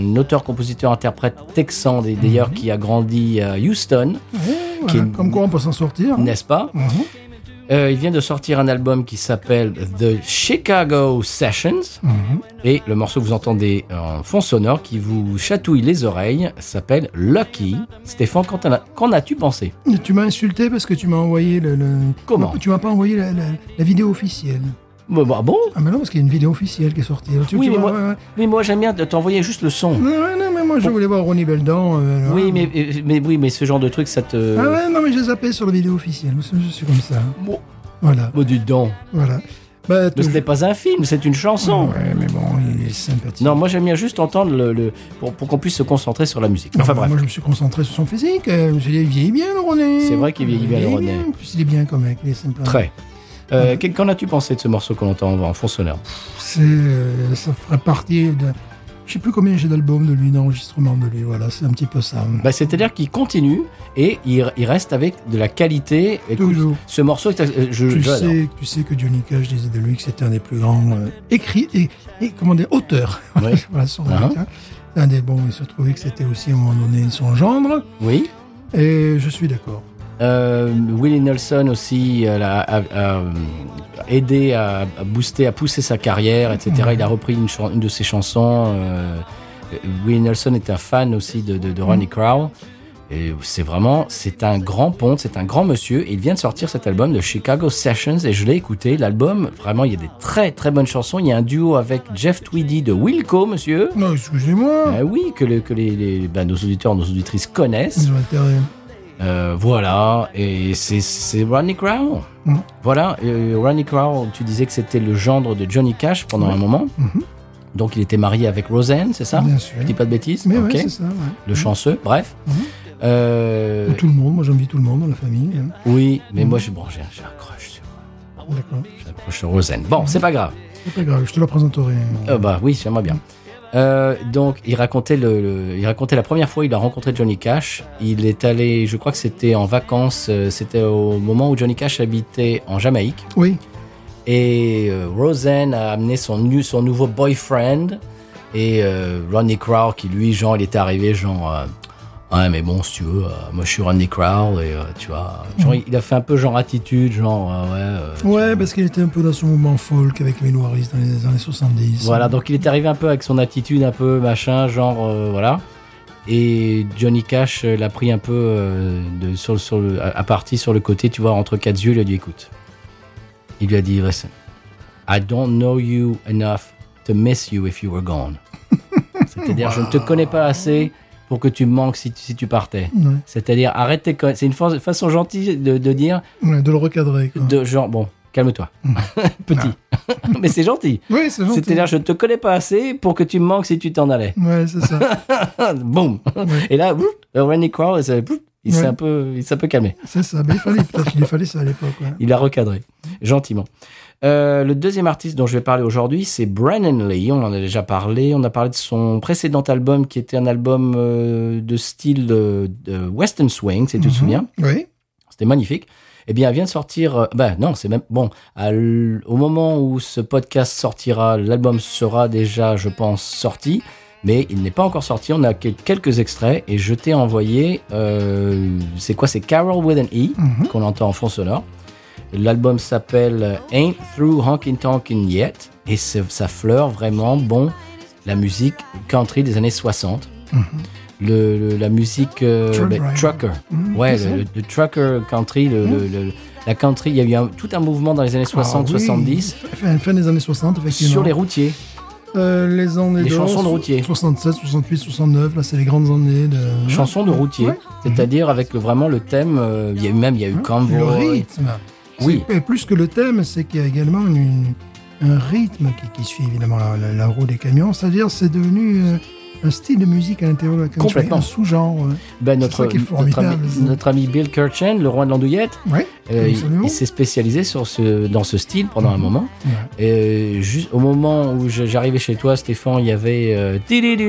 auteur-compositeur-interprète texan, d- d'ailleurs,
Mhm.
qui a grandi à Houston,
Ouais,
qui
voilà,
est-
Comme quoi, on peut s'en sortir. hein.
n'est-ce pas
Mhm.
Euh, il vient de sortir un album qui s'appelle The Chicago Sessions.
Mhm.
Et le morceau que vous entendez en fond sonore qui vous chatouille les oreilles s'appelle Lucky. Stéphane, qu'en t'en as- qu'en as-tu pensé
Et Tu m'as insulté parce que tu m'as envoyé le. le-
Comment
Non, Tu m'as pas envoyé la, la- la vidéo officielle.
Bah, bah, Bon,
Ah, mais non, parce qu'il y a une vidéo officielle qui est sortie. Tu-
Oui,
tu
mais
vois,
moi-
ouais, ouais.
oui, moi j'aime bien de t'envoyer juste le son.
Non, ouais, non, mais moi, je voulais voir Ronnie Beldan. euh,
Oui,
ouais.
mais, mais, oui, mais ce genre de truc, ça te.
Ah ouais, non, mais j'ai zappé sur la vidéo officielle. Je suis comme ça.
Bon,
Voilà,
bon, dis donc.
voilà. Bah,
Mais ce
toujours-
n'est pas un film, c'est une chanson.
Ouais, mais bon, il est sympathique.
Non, moi j'aime bien juste entendre le. le- pour pour qu'on puisse se concentrer sur la musique.
Non,
Enfin
bah,
bref.
Moi, je me suis concentré sur son physique. euh, Je me suis dit, il vieillit bien, le René.
C'est vrai qu'il vieillit bien, le
Il
René.
En plus, il est bien comme mec, il est sympa.
Très. Euh, qu'en- Qu'en as-tu pensé de ce morceau qu'on entend en fond sonore
C'est, euh, ça ferait partie de. Je sais plus combien j'ai d'albums de lui, d'enregistrements de lui. Voilà, c'est un petit peu ça.
Bah, C'est-à-dire qu'il continue et il, il reste avec de la qualité. Écoute,
Toujours.
Ce morceau, est- euh, je,
Tu
je l'adore.
sais, tu sais que Johnny Cash disait de lui que c'était un des plus grands euh, écrits et, et comment dire auteurs.
Ouais.
voilà son
Ah.
américain. Un des bons. Il se trouvait que c'était aussi à un moment donné son gendre.
Oui.
Et je suis d'accord.
Euh, Willie Nelson aussi euh, l'a- a, a- aidé à, à booster, à pousser sa carrière, etc. Il a repris une, chan- une de ses chansons. euh, euh, Willie Nelson est un fan aussi de, de, de Ronnie Crowell. Et c'est vraiment, c'est un grand ponte, c'est un grand monsieur. Et il vient de sortir cet album de Chicago Sessions et je l'ai écouté. L'album, vraiment, il y a des très très bonnes chansons. Il y a un duo avec Jeff Tweedy de Wilco, monsieur.
Non, excusez-moi.
Ah oui, que, le- que les, les- bah, nos auditeurs, nos auditrices connaissent.
Ils ont intérêt.
Euh, voilà, et c'est- c'est Ronnie Crowell.
Mhm.
Voilà, euh, Ronnie Crowell, tu disais que c'était le gendre de Johnny Cash pendant un moment.
Mhm.
Donc il était marié avec Roseanne, c'est ça
Bien sûr.
Je dis pas de bêtises
Mais
Ah, Ok.
ouais, c'est ça. ouais.
Le chanceux, bref.
Mhm.
Euh,
Tout le monde, moi j'envie tout le monde dans la famille. hein.
oui, mais moi j'ai bon, j'ai un- j'ai un crush sur, Ah
D'accord.
j'ai un crush sur Roseanne. Bon, c'est pas grave.
C'est pas grave, je te la présenterai.
Euh, bah oui, j'aimerais bien. Euh, donc, il racontait, le, le- il racontait la première fois il a rencontré Johnny Cash. Il est allé, je crois que c'était en vacances, euh, c'était au moment où Johnny Cash habitait en Jamaïque.
Oui,
Et euh, Roseanne a amené son, nu- son nouveau boyfriend. Et euh, Ronnie Crowell, qui lui, genre, il était arrivé, genre, euh, ouais, mais bon, si tu veux, euh, moi je suis Ronnie Crowell, et euh, tu vois, genre, il a fait un peu genre attitude, genre, euh, ouais. euh, tu vois.
ouais, parce qu'il était un peu dans son mouvement folk avec les Noiris dans les années 70.
Voilà, donc il est arrivé un peu avec son attitude un peu machin, genre euh, voilà. Et Johnny Cash euh, l'a pris un peu euh, de, sur, le- sur le, à, à partie sur le côté, tu vois, entre quatre yeux, il lui a dit écoute. Il lui a dit listen, I don't know you enough to miss you if you were gone. C'est-à-dire, je ne te connais pas assez pour que tu me manques si, tu- si tu partais.
Ouais.
C'est-à-dire, arrête tes con- C'est une fa- façon gentille de, de dire,
Ouais, de le recadrer. quoi.
de genre, bon, calme-toi. Petit. Mais c'est gentil.
Oui, c'est gentil.
C'est-à-dire, je ne te connais pas assez pour que tu me manques si tu t'en allais. Ah,
Ouais, c'est ça.
Boum Et là, bouf, euh, Randy Crowell, ça- bouf, il s'est
Ouais.
un peu, il s'est un peu calmé.
c'est ça. Mais il fallait, peut-être qu'il fallait ça à l'époque. ouais.
Il a recadré, gentiment. Euh, le deuxième artiste dont je vais parler aujourd'hui, c'est Brennan Lee. On en a déjà parlé. On a parlé de son précédent album qui était un album euh, de style euh, de Western Swing, si tu
Mhm.
te souviens.
Oui.
C'était magnifique. Eh bien, elle vient de sortir. euh, ben non, c'est même bon. à l- au moment où ce podcast sortira, l'album sera déjà, je pense, sorti. Mais il n'est pas encore sorti. On a quel- quelques extraits et je t'ai envoyé. euh, c'est quoi C'est Carol with an E
Mhm.
qu'on entend en fond sonore. L'album s'appelle euh, Ain't Through Honkin' Tonkin' Yet et c'est- ça fleure vraiment bon la musique country des années 60. Le- le- la musique euh,
Mhm. Truck
ben,
driver.
trucker.
Mhm,
Ouais,
c'est ça. Mmh.
le, le- le trucker country, le, le- le- la country, il y a eu un- tout un mouvement dans les années 60,
Ah oui.
70
Fin, fin des années 60, effectivement.
sur les routiers.
Euh, les années
Les
d'or,
chansons de routiers.
67, 68, 69, là c'est les grandes années de.
Chansons de routiers,
Mmh. Ouais. Mmh.
c'est-à-dire avec le- vraiment le thème, euh, il y a eu même, il y a eu
Le
Convoy.
rythme.
Oui.
C'est- et plus que le thème, c'est qu'il y a également une, un rythme qui, qui suit évidemment la, la- la roue des camions. C'est-à-dire, c'est devenu euh, un style de musique à l'intérieur de la country,
Complètement.
un sous-genre. euh.
Ben,
C'est
notre,
ça qui est
notre, ami,
formidable, ça.
notre ami Bill Kirchen, le roi de l'andouillette,
Ouais,
euh, il,
absolument.
il s'est spécialisé sur ce, dans ce style pendant un
Mhm.
moment.
Ouais.
Et euh, juste au moment où je- j'arrivais chez toi, Stéphane, il y avait euh,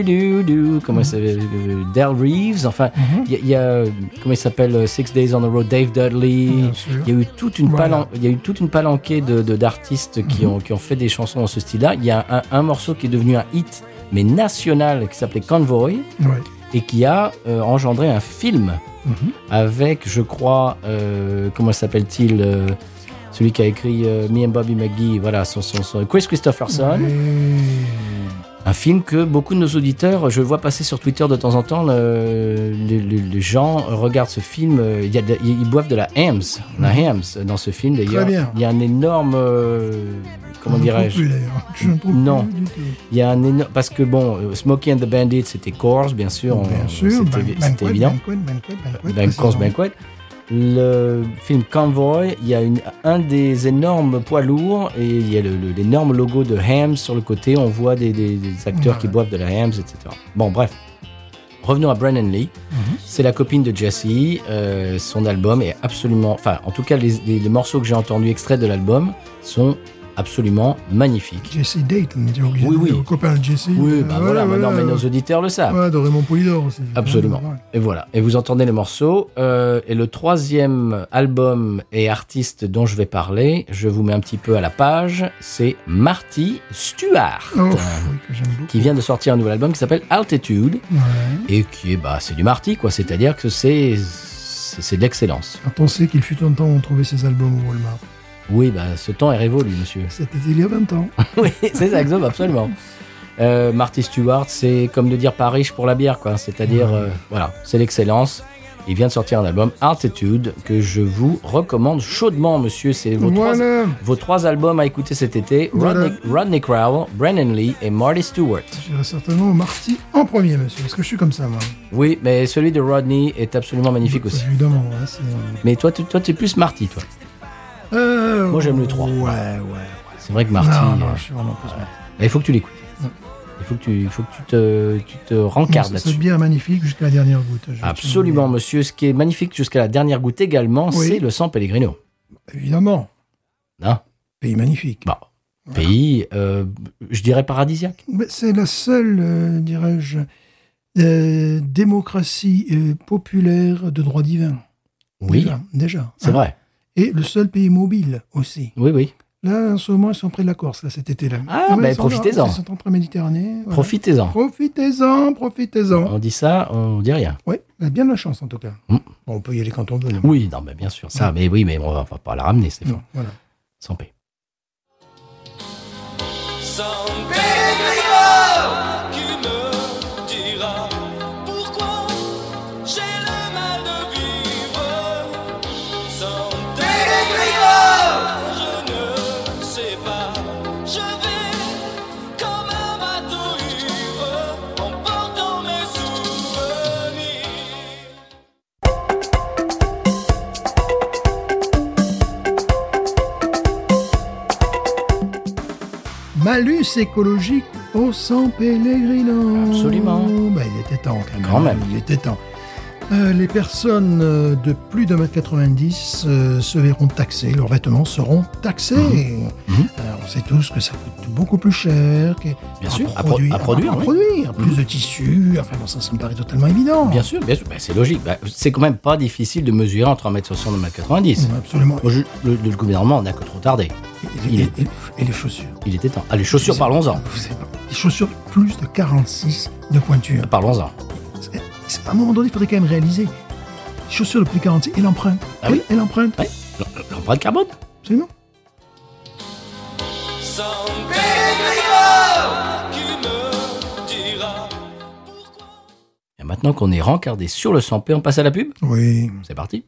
tididididu, comment
Mmh.
il s'appelle, euh, Del Reeves, enfin,
Mhm.
il y a- il y, a euh, comment il s'appelle euh, Six Days on the Road, Dave Dudley.
Bien sûr.
Il y a eu toute une
Voilà.
palan- il y a eu toute une palanquée de de- d'artistes qui ont qui ont fait des chansons dans ce style-là. Il y a un, un morceau qui est devenu un hit mais national qui s'appelait Convoy
Ouais.
et qui a euh, engendré un film
Mhm.
avec, je crois, euh, comment s'appelle-t-il, euh, celui qui a écrit euh, Me and Bobby McGee, voilà, son, son, son- Chris Christopherson,
Et-
un film que beaucoup de nos auditeurs, je le vois passer sur Twitter de temps en temps, le- le- le- les gens regardent ce film, euh, il y a de- ils boivent de la Hams, la Hams dans ce film d'ailleurs.
Mhm. bien.
Il y a un énorme, euh, comment
je ne trouve
dirais-je,
plus, d'ailleurs. Je ne trouve
Non.
plus du tout.
il y a un énorme, parce que bon, euh, Smokey and the Bandit, c'était Coors, bien sûr,
Bien
on-
sûr, Ben-
c'était
Ban-
c'était
Banquet,
évident.
Banquet, Banquet, Banquet,
Ben, Course
précisément.
Banquet. Le film Convoy, il y a une, un des énormes poids lourds et il y a le- le- l'énorme logo de Hams sur le côté. On voit des, des- des acteurs qui
Ouais.
boivent de la Hams, etc. Bon, bref. Revenons à Brennan Lee. C'est la copine de Jesse. Euh, son album est absolument. Enfin, en tout cas, les, les- les morceaux que j'ai entendus extraits de l'album sont absolument magnifiques.
Jesse Dayton, j'ai oublié
Oui,
de
oui.
dire, le copain de Jesse.
Oui,
euh,
bah voilà, maintenant, mais nos auditeurs le savent.
Ouais, de Raymond Polydor aussi.
Absolument.
Ouais.
Et voilà. Et vous entendez les morceaux. Euh, et le troisième album et artiste dont je vais parler, je vous mets un petit peu à la page, c'est Marty Stuart,
Oh, oui, que j'aime beaucoup.
qui vient de sortir un nouvel album qui s'appelle Altitude,
Ouais.
et qui est, bah, c'est du Marty, quoi. C'est-à-dire que c'est, c'est c'est de l'excellence.
Quand on sait qu'il fut un temps où on trouvait ses albums au Walmart.
Oui, bah, ce temps est révolu, monsieur.
C'était il y a 20 ans.
oui, c'est ça, exact, absolument. Euh, Marty Stewart, c'est comme de dire pas riche pour la bière, quoi. C'est-à-dire, euh, voilà, c'est l'excellence. Il vient de sortir un album, Altitude, que je vous recommande chaudement, monsieur. C'est vos, trois,
Voilà.
vos trois albums à écouter cet été
Voilà.
Rodney, Rodney Crowell, Brennan Lee et Marty Stewart.
J'irai certainement au Marty en premier, monsieur, parce que je suis comme ça, moi.
Oui, mais celui de Rodney est absolument magnifique aussi.
Évidemment, ouais, c'est...
Mais toi, tu toi, es plus Marty, toi.
Euh,
Moi, j'aime les trois.
Ouais, ouais, ouais.
C'est vrai que Marty.
non,
euh,
non, je suis vraiment plus Marty.
il faut que tu l'écoutes.
Ouais.
Il faut que tu, il faut que tu te, tu te rencardes
Non, c'est-
là-dessus.
C'est bien magnifique jusqu'à la dernière goutte. je-
Absolument, monsieur. Ce qui est magnifique jusqu'à la dernière goutte également,
Oui.
c'est le sang Pellegrino.
Évidemment.
Hein
Pays magnifique.
Bon, pays, euh, je dirais paradisiaque.
Mais C'est la seule, euh, dirais-je, euh, démocratie euh, populaire de droit divin.
Oui,
Déjà. déjà.
c'est
Hein.
vrai.
Et le seul pays mobile aussi.
Oui, oui.
Là, en ce moment, ils sont près de la Corse, là, cet été-là.
Ah,
mais
ben,
ils sont-
profitez-en.
Ils sont en près Méditerranée. voilà.
Profitez-en.
Profitez-en, profitez-en.
On dit ça, on dit rien.
Oui, on a bien de la chance en tout cas.
Ah. Mm.
Bon, on peut y aller quand on veut. nous.
Oui, non, mais bien sûr, ça, mais oui, mais on va, on va pas la ramener, Stéphane.
Non, voilà.
Sans paix.
Sans Pellegrino qui me dira pourquoi j'ai le mal de vivre. Sans Pellegrino, je ne sais pas. Je vais comme un bateau ivre en portant mes souvenirs.
Malus écologique au San Pellegrino.
Absolument.
Ben, il était temps quand même.
Quand même.
Il était temps. Euh, les personnes euh, de plus de 1m90 euh, se verront taxées, leurs vêtements seront taxés.
Mhm.
Alors, on sait tous que ça coûte beaucoup plus cher que-
Bien
à
sûr, à pro-
produire,
à produire, oui. Mhm.
produire, plus de tissus, enfin bon, ça, ça me paraît totalement évident.
Bien sûr, bien sûr, Bah, c'est logique. Bah, c'est quand même pas difficile de mesurer entre 1m60 et 1m90.
Mm, Absolument.
Moi, je- le, le gouvernement n'a que trop tardé.
Et,
Il
et-
est-
et- et les chaussures
Il était temps. Ah, les chaussures, parlons-en.
Vous savez pas, Les chaussures plus de 46 de pointure.
Parlons-en.
C'est- c'est- À un moment donné, il faudrait quand même réaliser. Chaussures de plus 46 et l'empreinte.
Ah oui.
Et l'empreinte.
Ouais. L'em- L'empreinte carbone
Absolument.
Sans Pellegrino qui me dira pourquoi.
Et maintenant qu'on est rencardé sur le 100p, on passe à la pub
Oui.
C'est parti.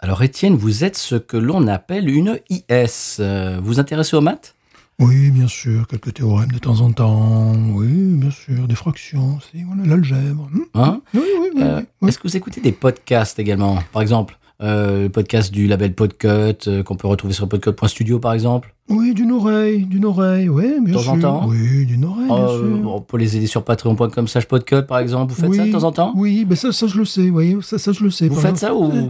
Alors Étienne, vous êtes ce que l'on appelle une IS. Euh, Vous intéressez aux maths
Oui, bien sûr, quelques théorèmes de temps en temps. Oui, bien sûr, des fractions aussi. Voilà, l'algèbre. Hmm.
Hein
Oui, oui, oui.
Euh,
oui, oui.
Est-ce que vous écoutez des podcasts également Par exemple, euh, le podcast du label Podcut, euh, qu'on peut retrouver sur podcut.studio par exemple.
Oui, d'une oreille, d'une oreille, oui,
De
bien
temps
sûr.
en temps
Oui, d'une oreille, bien
Euh,
sûr.
on peut les aider sur patreon.com slash podcut par exemple. Vous faites
Oui,
ça de temps en temps
Oui, mais ça, ça je le sais, vous voyez, ça, ça je le sais.
Vous
Par
faites
exemple,
ça ou
euh,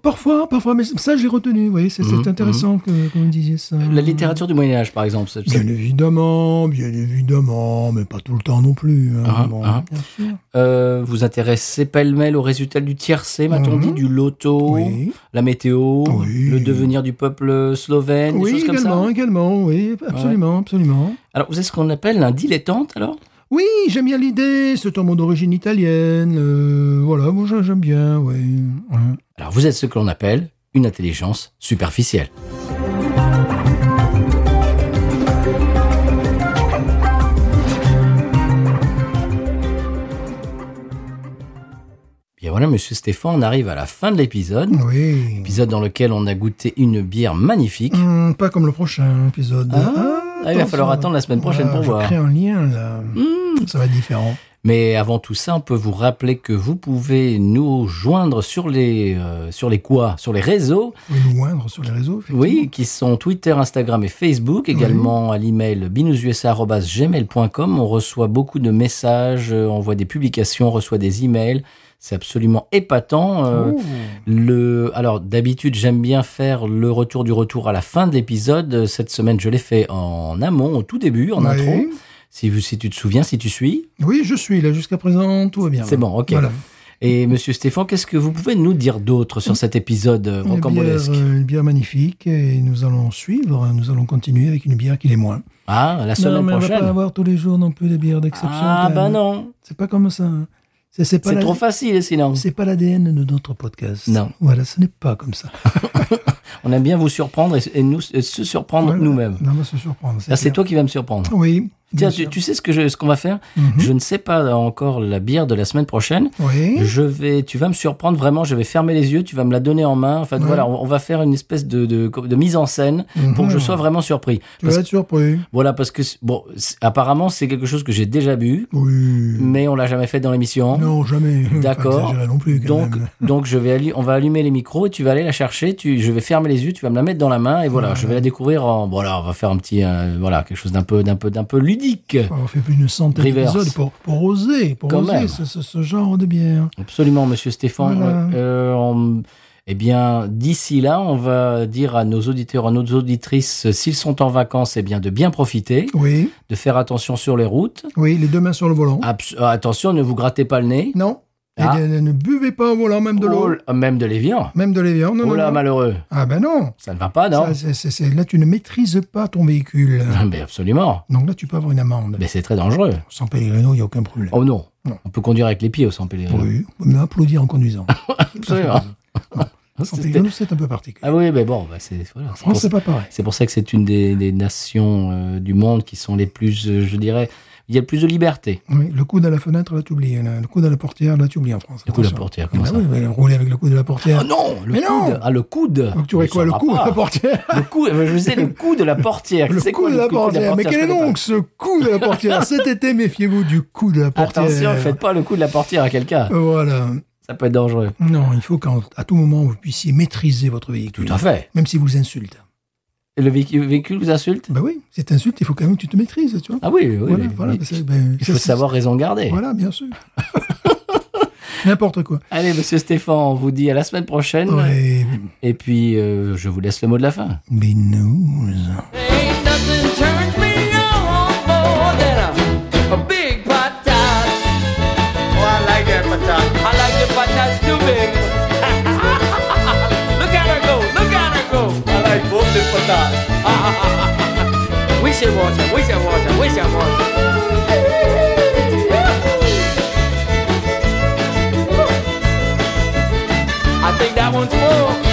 Parfois, parfois, mais ça j'ai retenu, vous voyez, c'est
Mhm,
c'est intéressant que, que vous me disiez ça.
la littérature du Moyen Âge par exemple c'est-
Bien évidemment, bien évidemment, mais pas tout le temps non plus. hein.
Ah,
Bon,
ah.
bien sûr.
euh, Vous intéressez pêle-mêle aux résultats du tiercé, m'a-t-on
Mhm.
dit, du loto,
Oui,
la météo,
Oui.
le devenir du peuple euh, slovène,
oui
des choses comme
également,
ça
également, oui, absolument, absolument.
Alors vous êtes ce qu'on appelle un dilettante alors
Oui, j'aime bien l'idée, c'est un mot d'origine italienne, euh, voilà, moi j'a- j'aime bien, oui. ouais.
Alors vous êtes ce que l'on appelle une intelligence superficielle. Bien voilà, monsieur Stéphane, on arrive à la fin de l'épisode.
Mhm. Oui.
Épisode dans lequel on a goûté une bière magnifique.
Hmm, pas comme le prochain épisode.
Ah, il va
attention.
falloir attendre la semaine prochaine
Voilà,
pour
je
voir. Hum.
crée un lien là. Ça va être différent.
Mais avant tout ça, on peut vous rappeler que vous pouvez nous joindre sur les, euh, sur les quoi Sur les réseaux.
Vous pouvez nous joindre sur les réseaux. effectivement.
Oui, qui sont Twitter, Instagram et Facebook, également à l'email binoususa.gmail.com. On reçoit beaucoup de messages, euh, on voit des publications, on reçoit des emails. C'est absolument épatant. Euh,
Oh.
le... Alors, d'habitude, j'aime bien faire le retour du retour à la fin de l'épisode. Cette semaine, je l'ai fait en amont, au tout début, en
Oh. Oui.
intro. Si, vous- si tu te souviens, si tu suis.
Oui, je suis là jusqu'à présent, tout va bien.
C'est bon, ok.
Voilà.
Et monsieur Stéphane, qu'est-ce que vous pouvez nous dire d'autre sur cet épisode euh,
Une bière,
rocambolesque
euh, une bière magnifique et nous allons suivre, hein, nous allons continuer avec une bière qui l'est moins.
Ah, la
non,
semaine
mais on va pas
prochaine
avoir tous les jours non plus des bières d'exception.
Ah,
quand
bah
même.
non
C'est pas comme ça. hein. C'est c'est pas
C'est
la-
trop facile sinon.
C'est pas l'ADN de notre podcast.
Non.
Voilà, ce n'est pas comme ça.
On aime bien vous surprendre et, et nous, et se surprendre
Voilà.
nous-mêmes.
Non, on va se surprendre.
Là, c'est
clair.
toi qui vas me surprendre.
Oui. bien
Tiens, tu,
sûr.
tu sais ce que je- ce qu'on va faire
Mhm.
Je ne sais pas encore la bière de la semaine prochaine.
Oui.
Je vais, tu vas me surprendre vraiment. Je vais fermer les yeux. Tu vas me la donner en main. Enfin,
Ouais.
voilà, on, on va faire une espèce de, de, de mise en scène pour que je
Mhm.
sois vraiment surpris.
Tu
Parce-
vas être surpris.
voilà, parce que c'est- bon, c'est- apparemment c'est quelque chose que j'ai déjà bu,
Oui.
mais on l'a jamais fait dans l'émission.
Mm. Non, jamais. Faut pas
D'accord.
exagérer non plus. quand
Donc,
même.
donc je vais allu- on va allumer les micros et tu vas aller la chercher. Tu, je vais fermer les yeux, tu vas me la mettre dans la main et voilà, je vais la découvrir. En, voilà, on va faire un petit, euh, voilà, quelque chose d'un peu, d'un peu, d'un peu ludique.
On va faire plus d'une centaine
Reverse.
d'épisodes pour, pour oser, pour
Quand même.
oser ce, ce- ce genre de bière.
Absolument, Monsieur Stéphane.
Voilà.
Euh, euh, on- eh bien, d'ici là, on va dire à nos auditeurs, à nos auditrices, euh, s'ils sont en vacances, eh bien, de bien profiter,
Oui,
de faire attention sur les routes.
oui, les deux mains sur le volant.
Abs- euh, attention, ne vous grattez pas le nez.
Non. Et
Ah.
ne, ne buvez pas au volant, même de l'eau.
Oh, même de l'évian.
Même de l'évian. Non,
Oh
non,
là,
non.
malheureux.
Ah ben non.
Ça ne va pas, non
Ça, c'est- c'est- c'est- là, tu ne maîtrises pas ton véhicule.
Mais absolument.
Donc là, tu peux avoir une amende.
Mais c'est très dangereux.
Sans Pellegrino, il n'y a aucun problème.
Oh non.
Non.
On peut conduire avec les pieds au San Pellegrino.
Oui, on peut même applaudir en conduisant.
Absolument.
Sans
C'était-
Pellegrino, c'est un peu particulier.
Ah oui, mais bon, bah, c'est voilà,
En
c'est pour,
France, c'est pas pareil.
c'est pour ça que c'est une des, des nations euh, du monde qui sont les plus, euh, je dirais, il y a le plus de liberté.
Oui, le coude à la fenêtre, là, tu oublies. Le le coude à la portière, là, tu oublies en France.
Le coude à la
Attention.
portière,
Eh
comment
ben
ça
oui, mais Rouler avec le coude à la portière.
Oh non, le
Mais
coude.
non
Ah le coude.
Donc tu aurais
Mais
quoi
ça
Le
va
coude à
pas.
la portière
Le coude, euh, je sais le coude de la portière.
Le
C'est
coude
quoi,
à la
coude de
portière. Mais quel est
Je connais
donc ce coude à la portière Cet été, méfiez-vous du coude à la
pas.
portière.
Attention, faites pas le coude de la portière à quelqu'un.
Voilà.
Ça peut être dangereux.
Non, il faut qu'à à tout moment, vous puissiez maîtriser votre véhicule.
Tout à fait.
Même si vous les insultez.
Et Le véhicule le véhicule vous insulte
Ben oui, si tu insultes, il faut quand même que tu te maîtrises, tu vois.
Ah oui, oui.
voilà,
mais-
voilà.
mais
parce que, ben,
Il
ça,
faut
c'est-
savoir raison garder.
Voilà, bien sûr. N'importe quoi.
Allez, monsieur Stéphane, on vous dit à la semaine prochaine.
Ouais,
Et puis, euh, je vous laisse le mot de la fin.
mais nous.
Ain't nothing turns me on more than a, a big patat. Oh, I like that patat. I like the patats too big. look at her go, look at her go. I like both the patats. we should watch her, we should watch her, we should watch her. I think that one's full.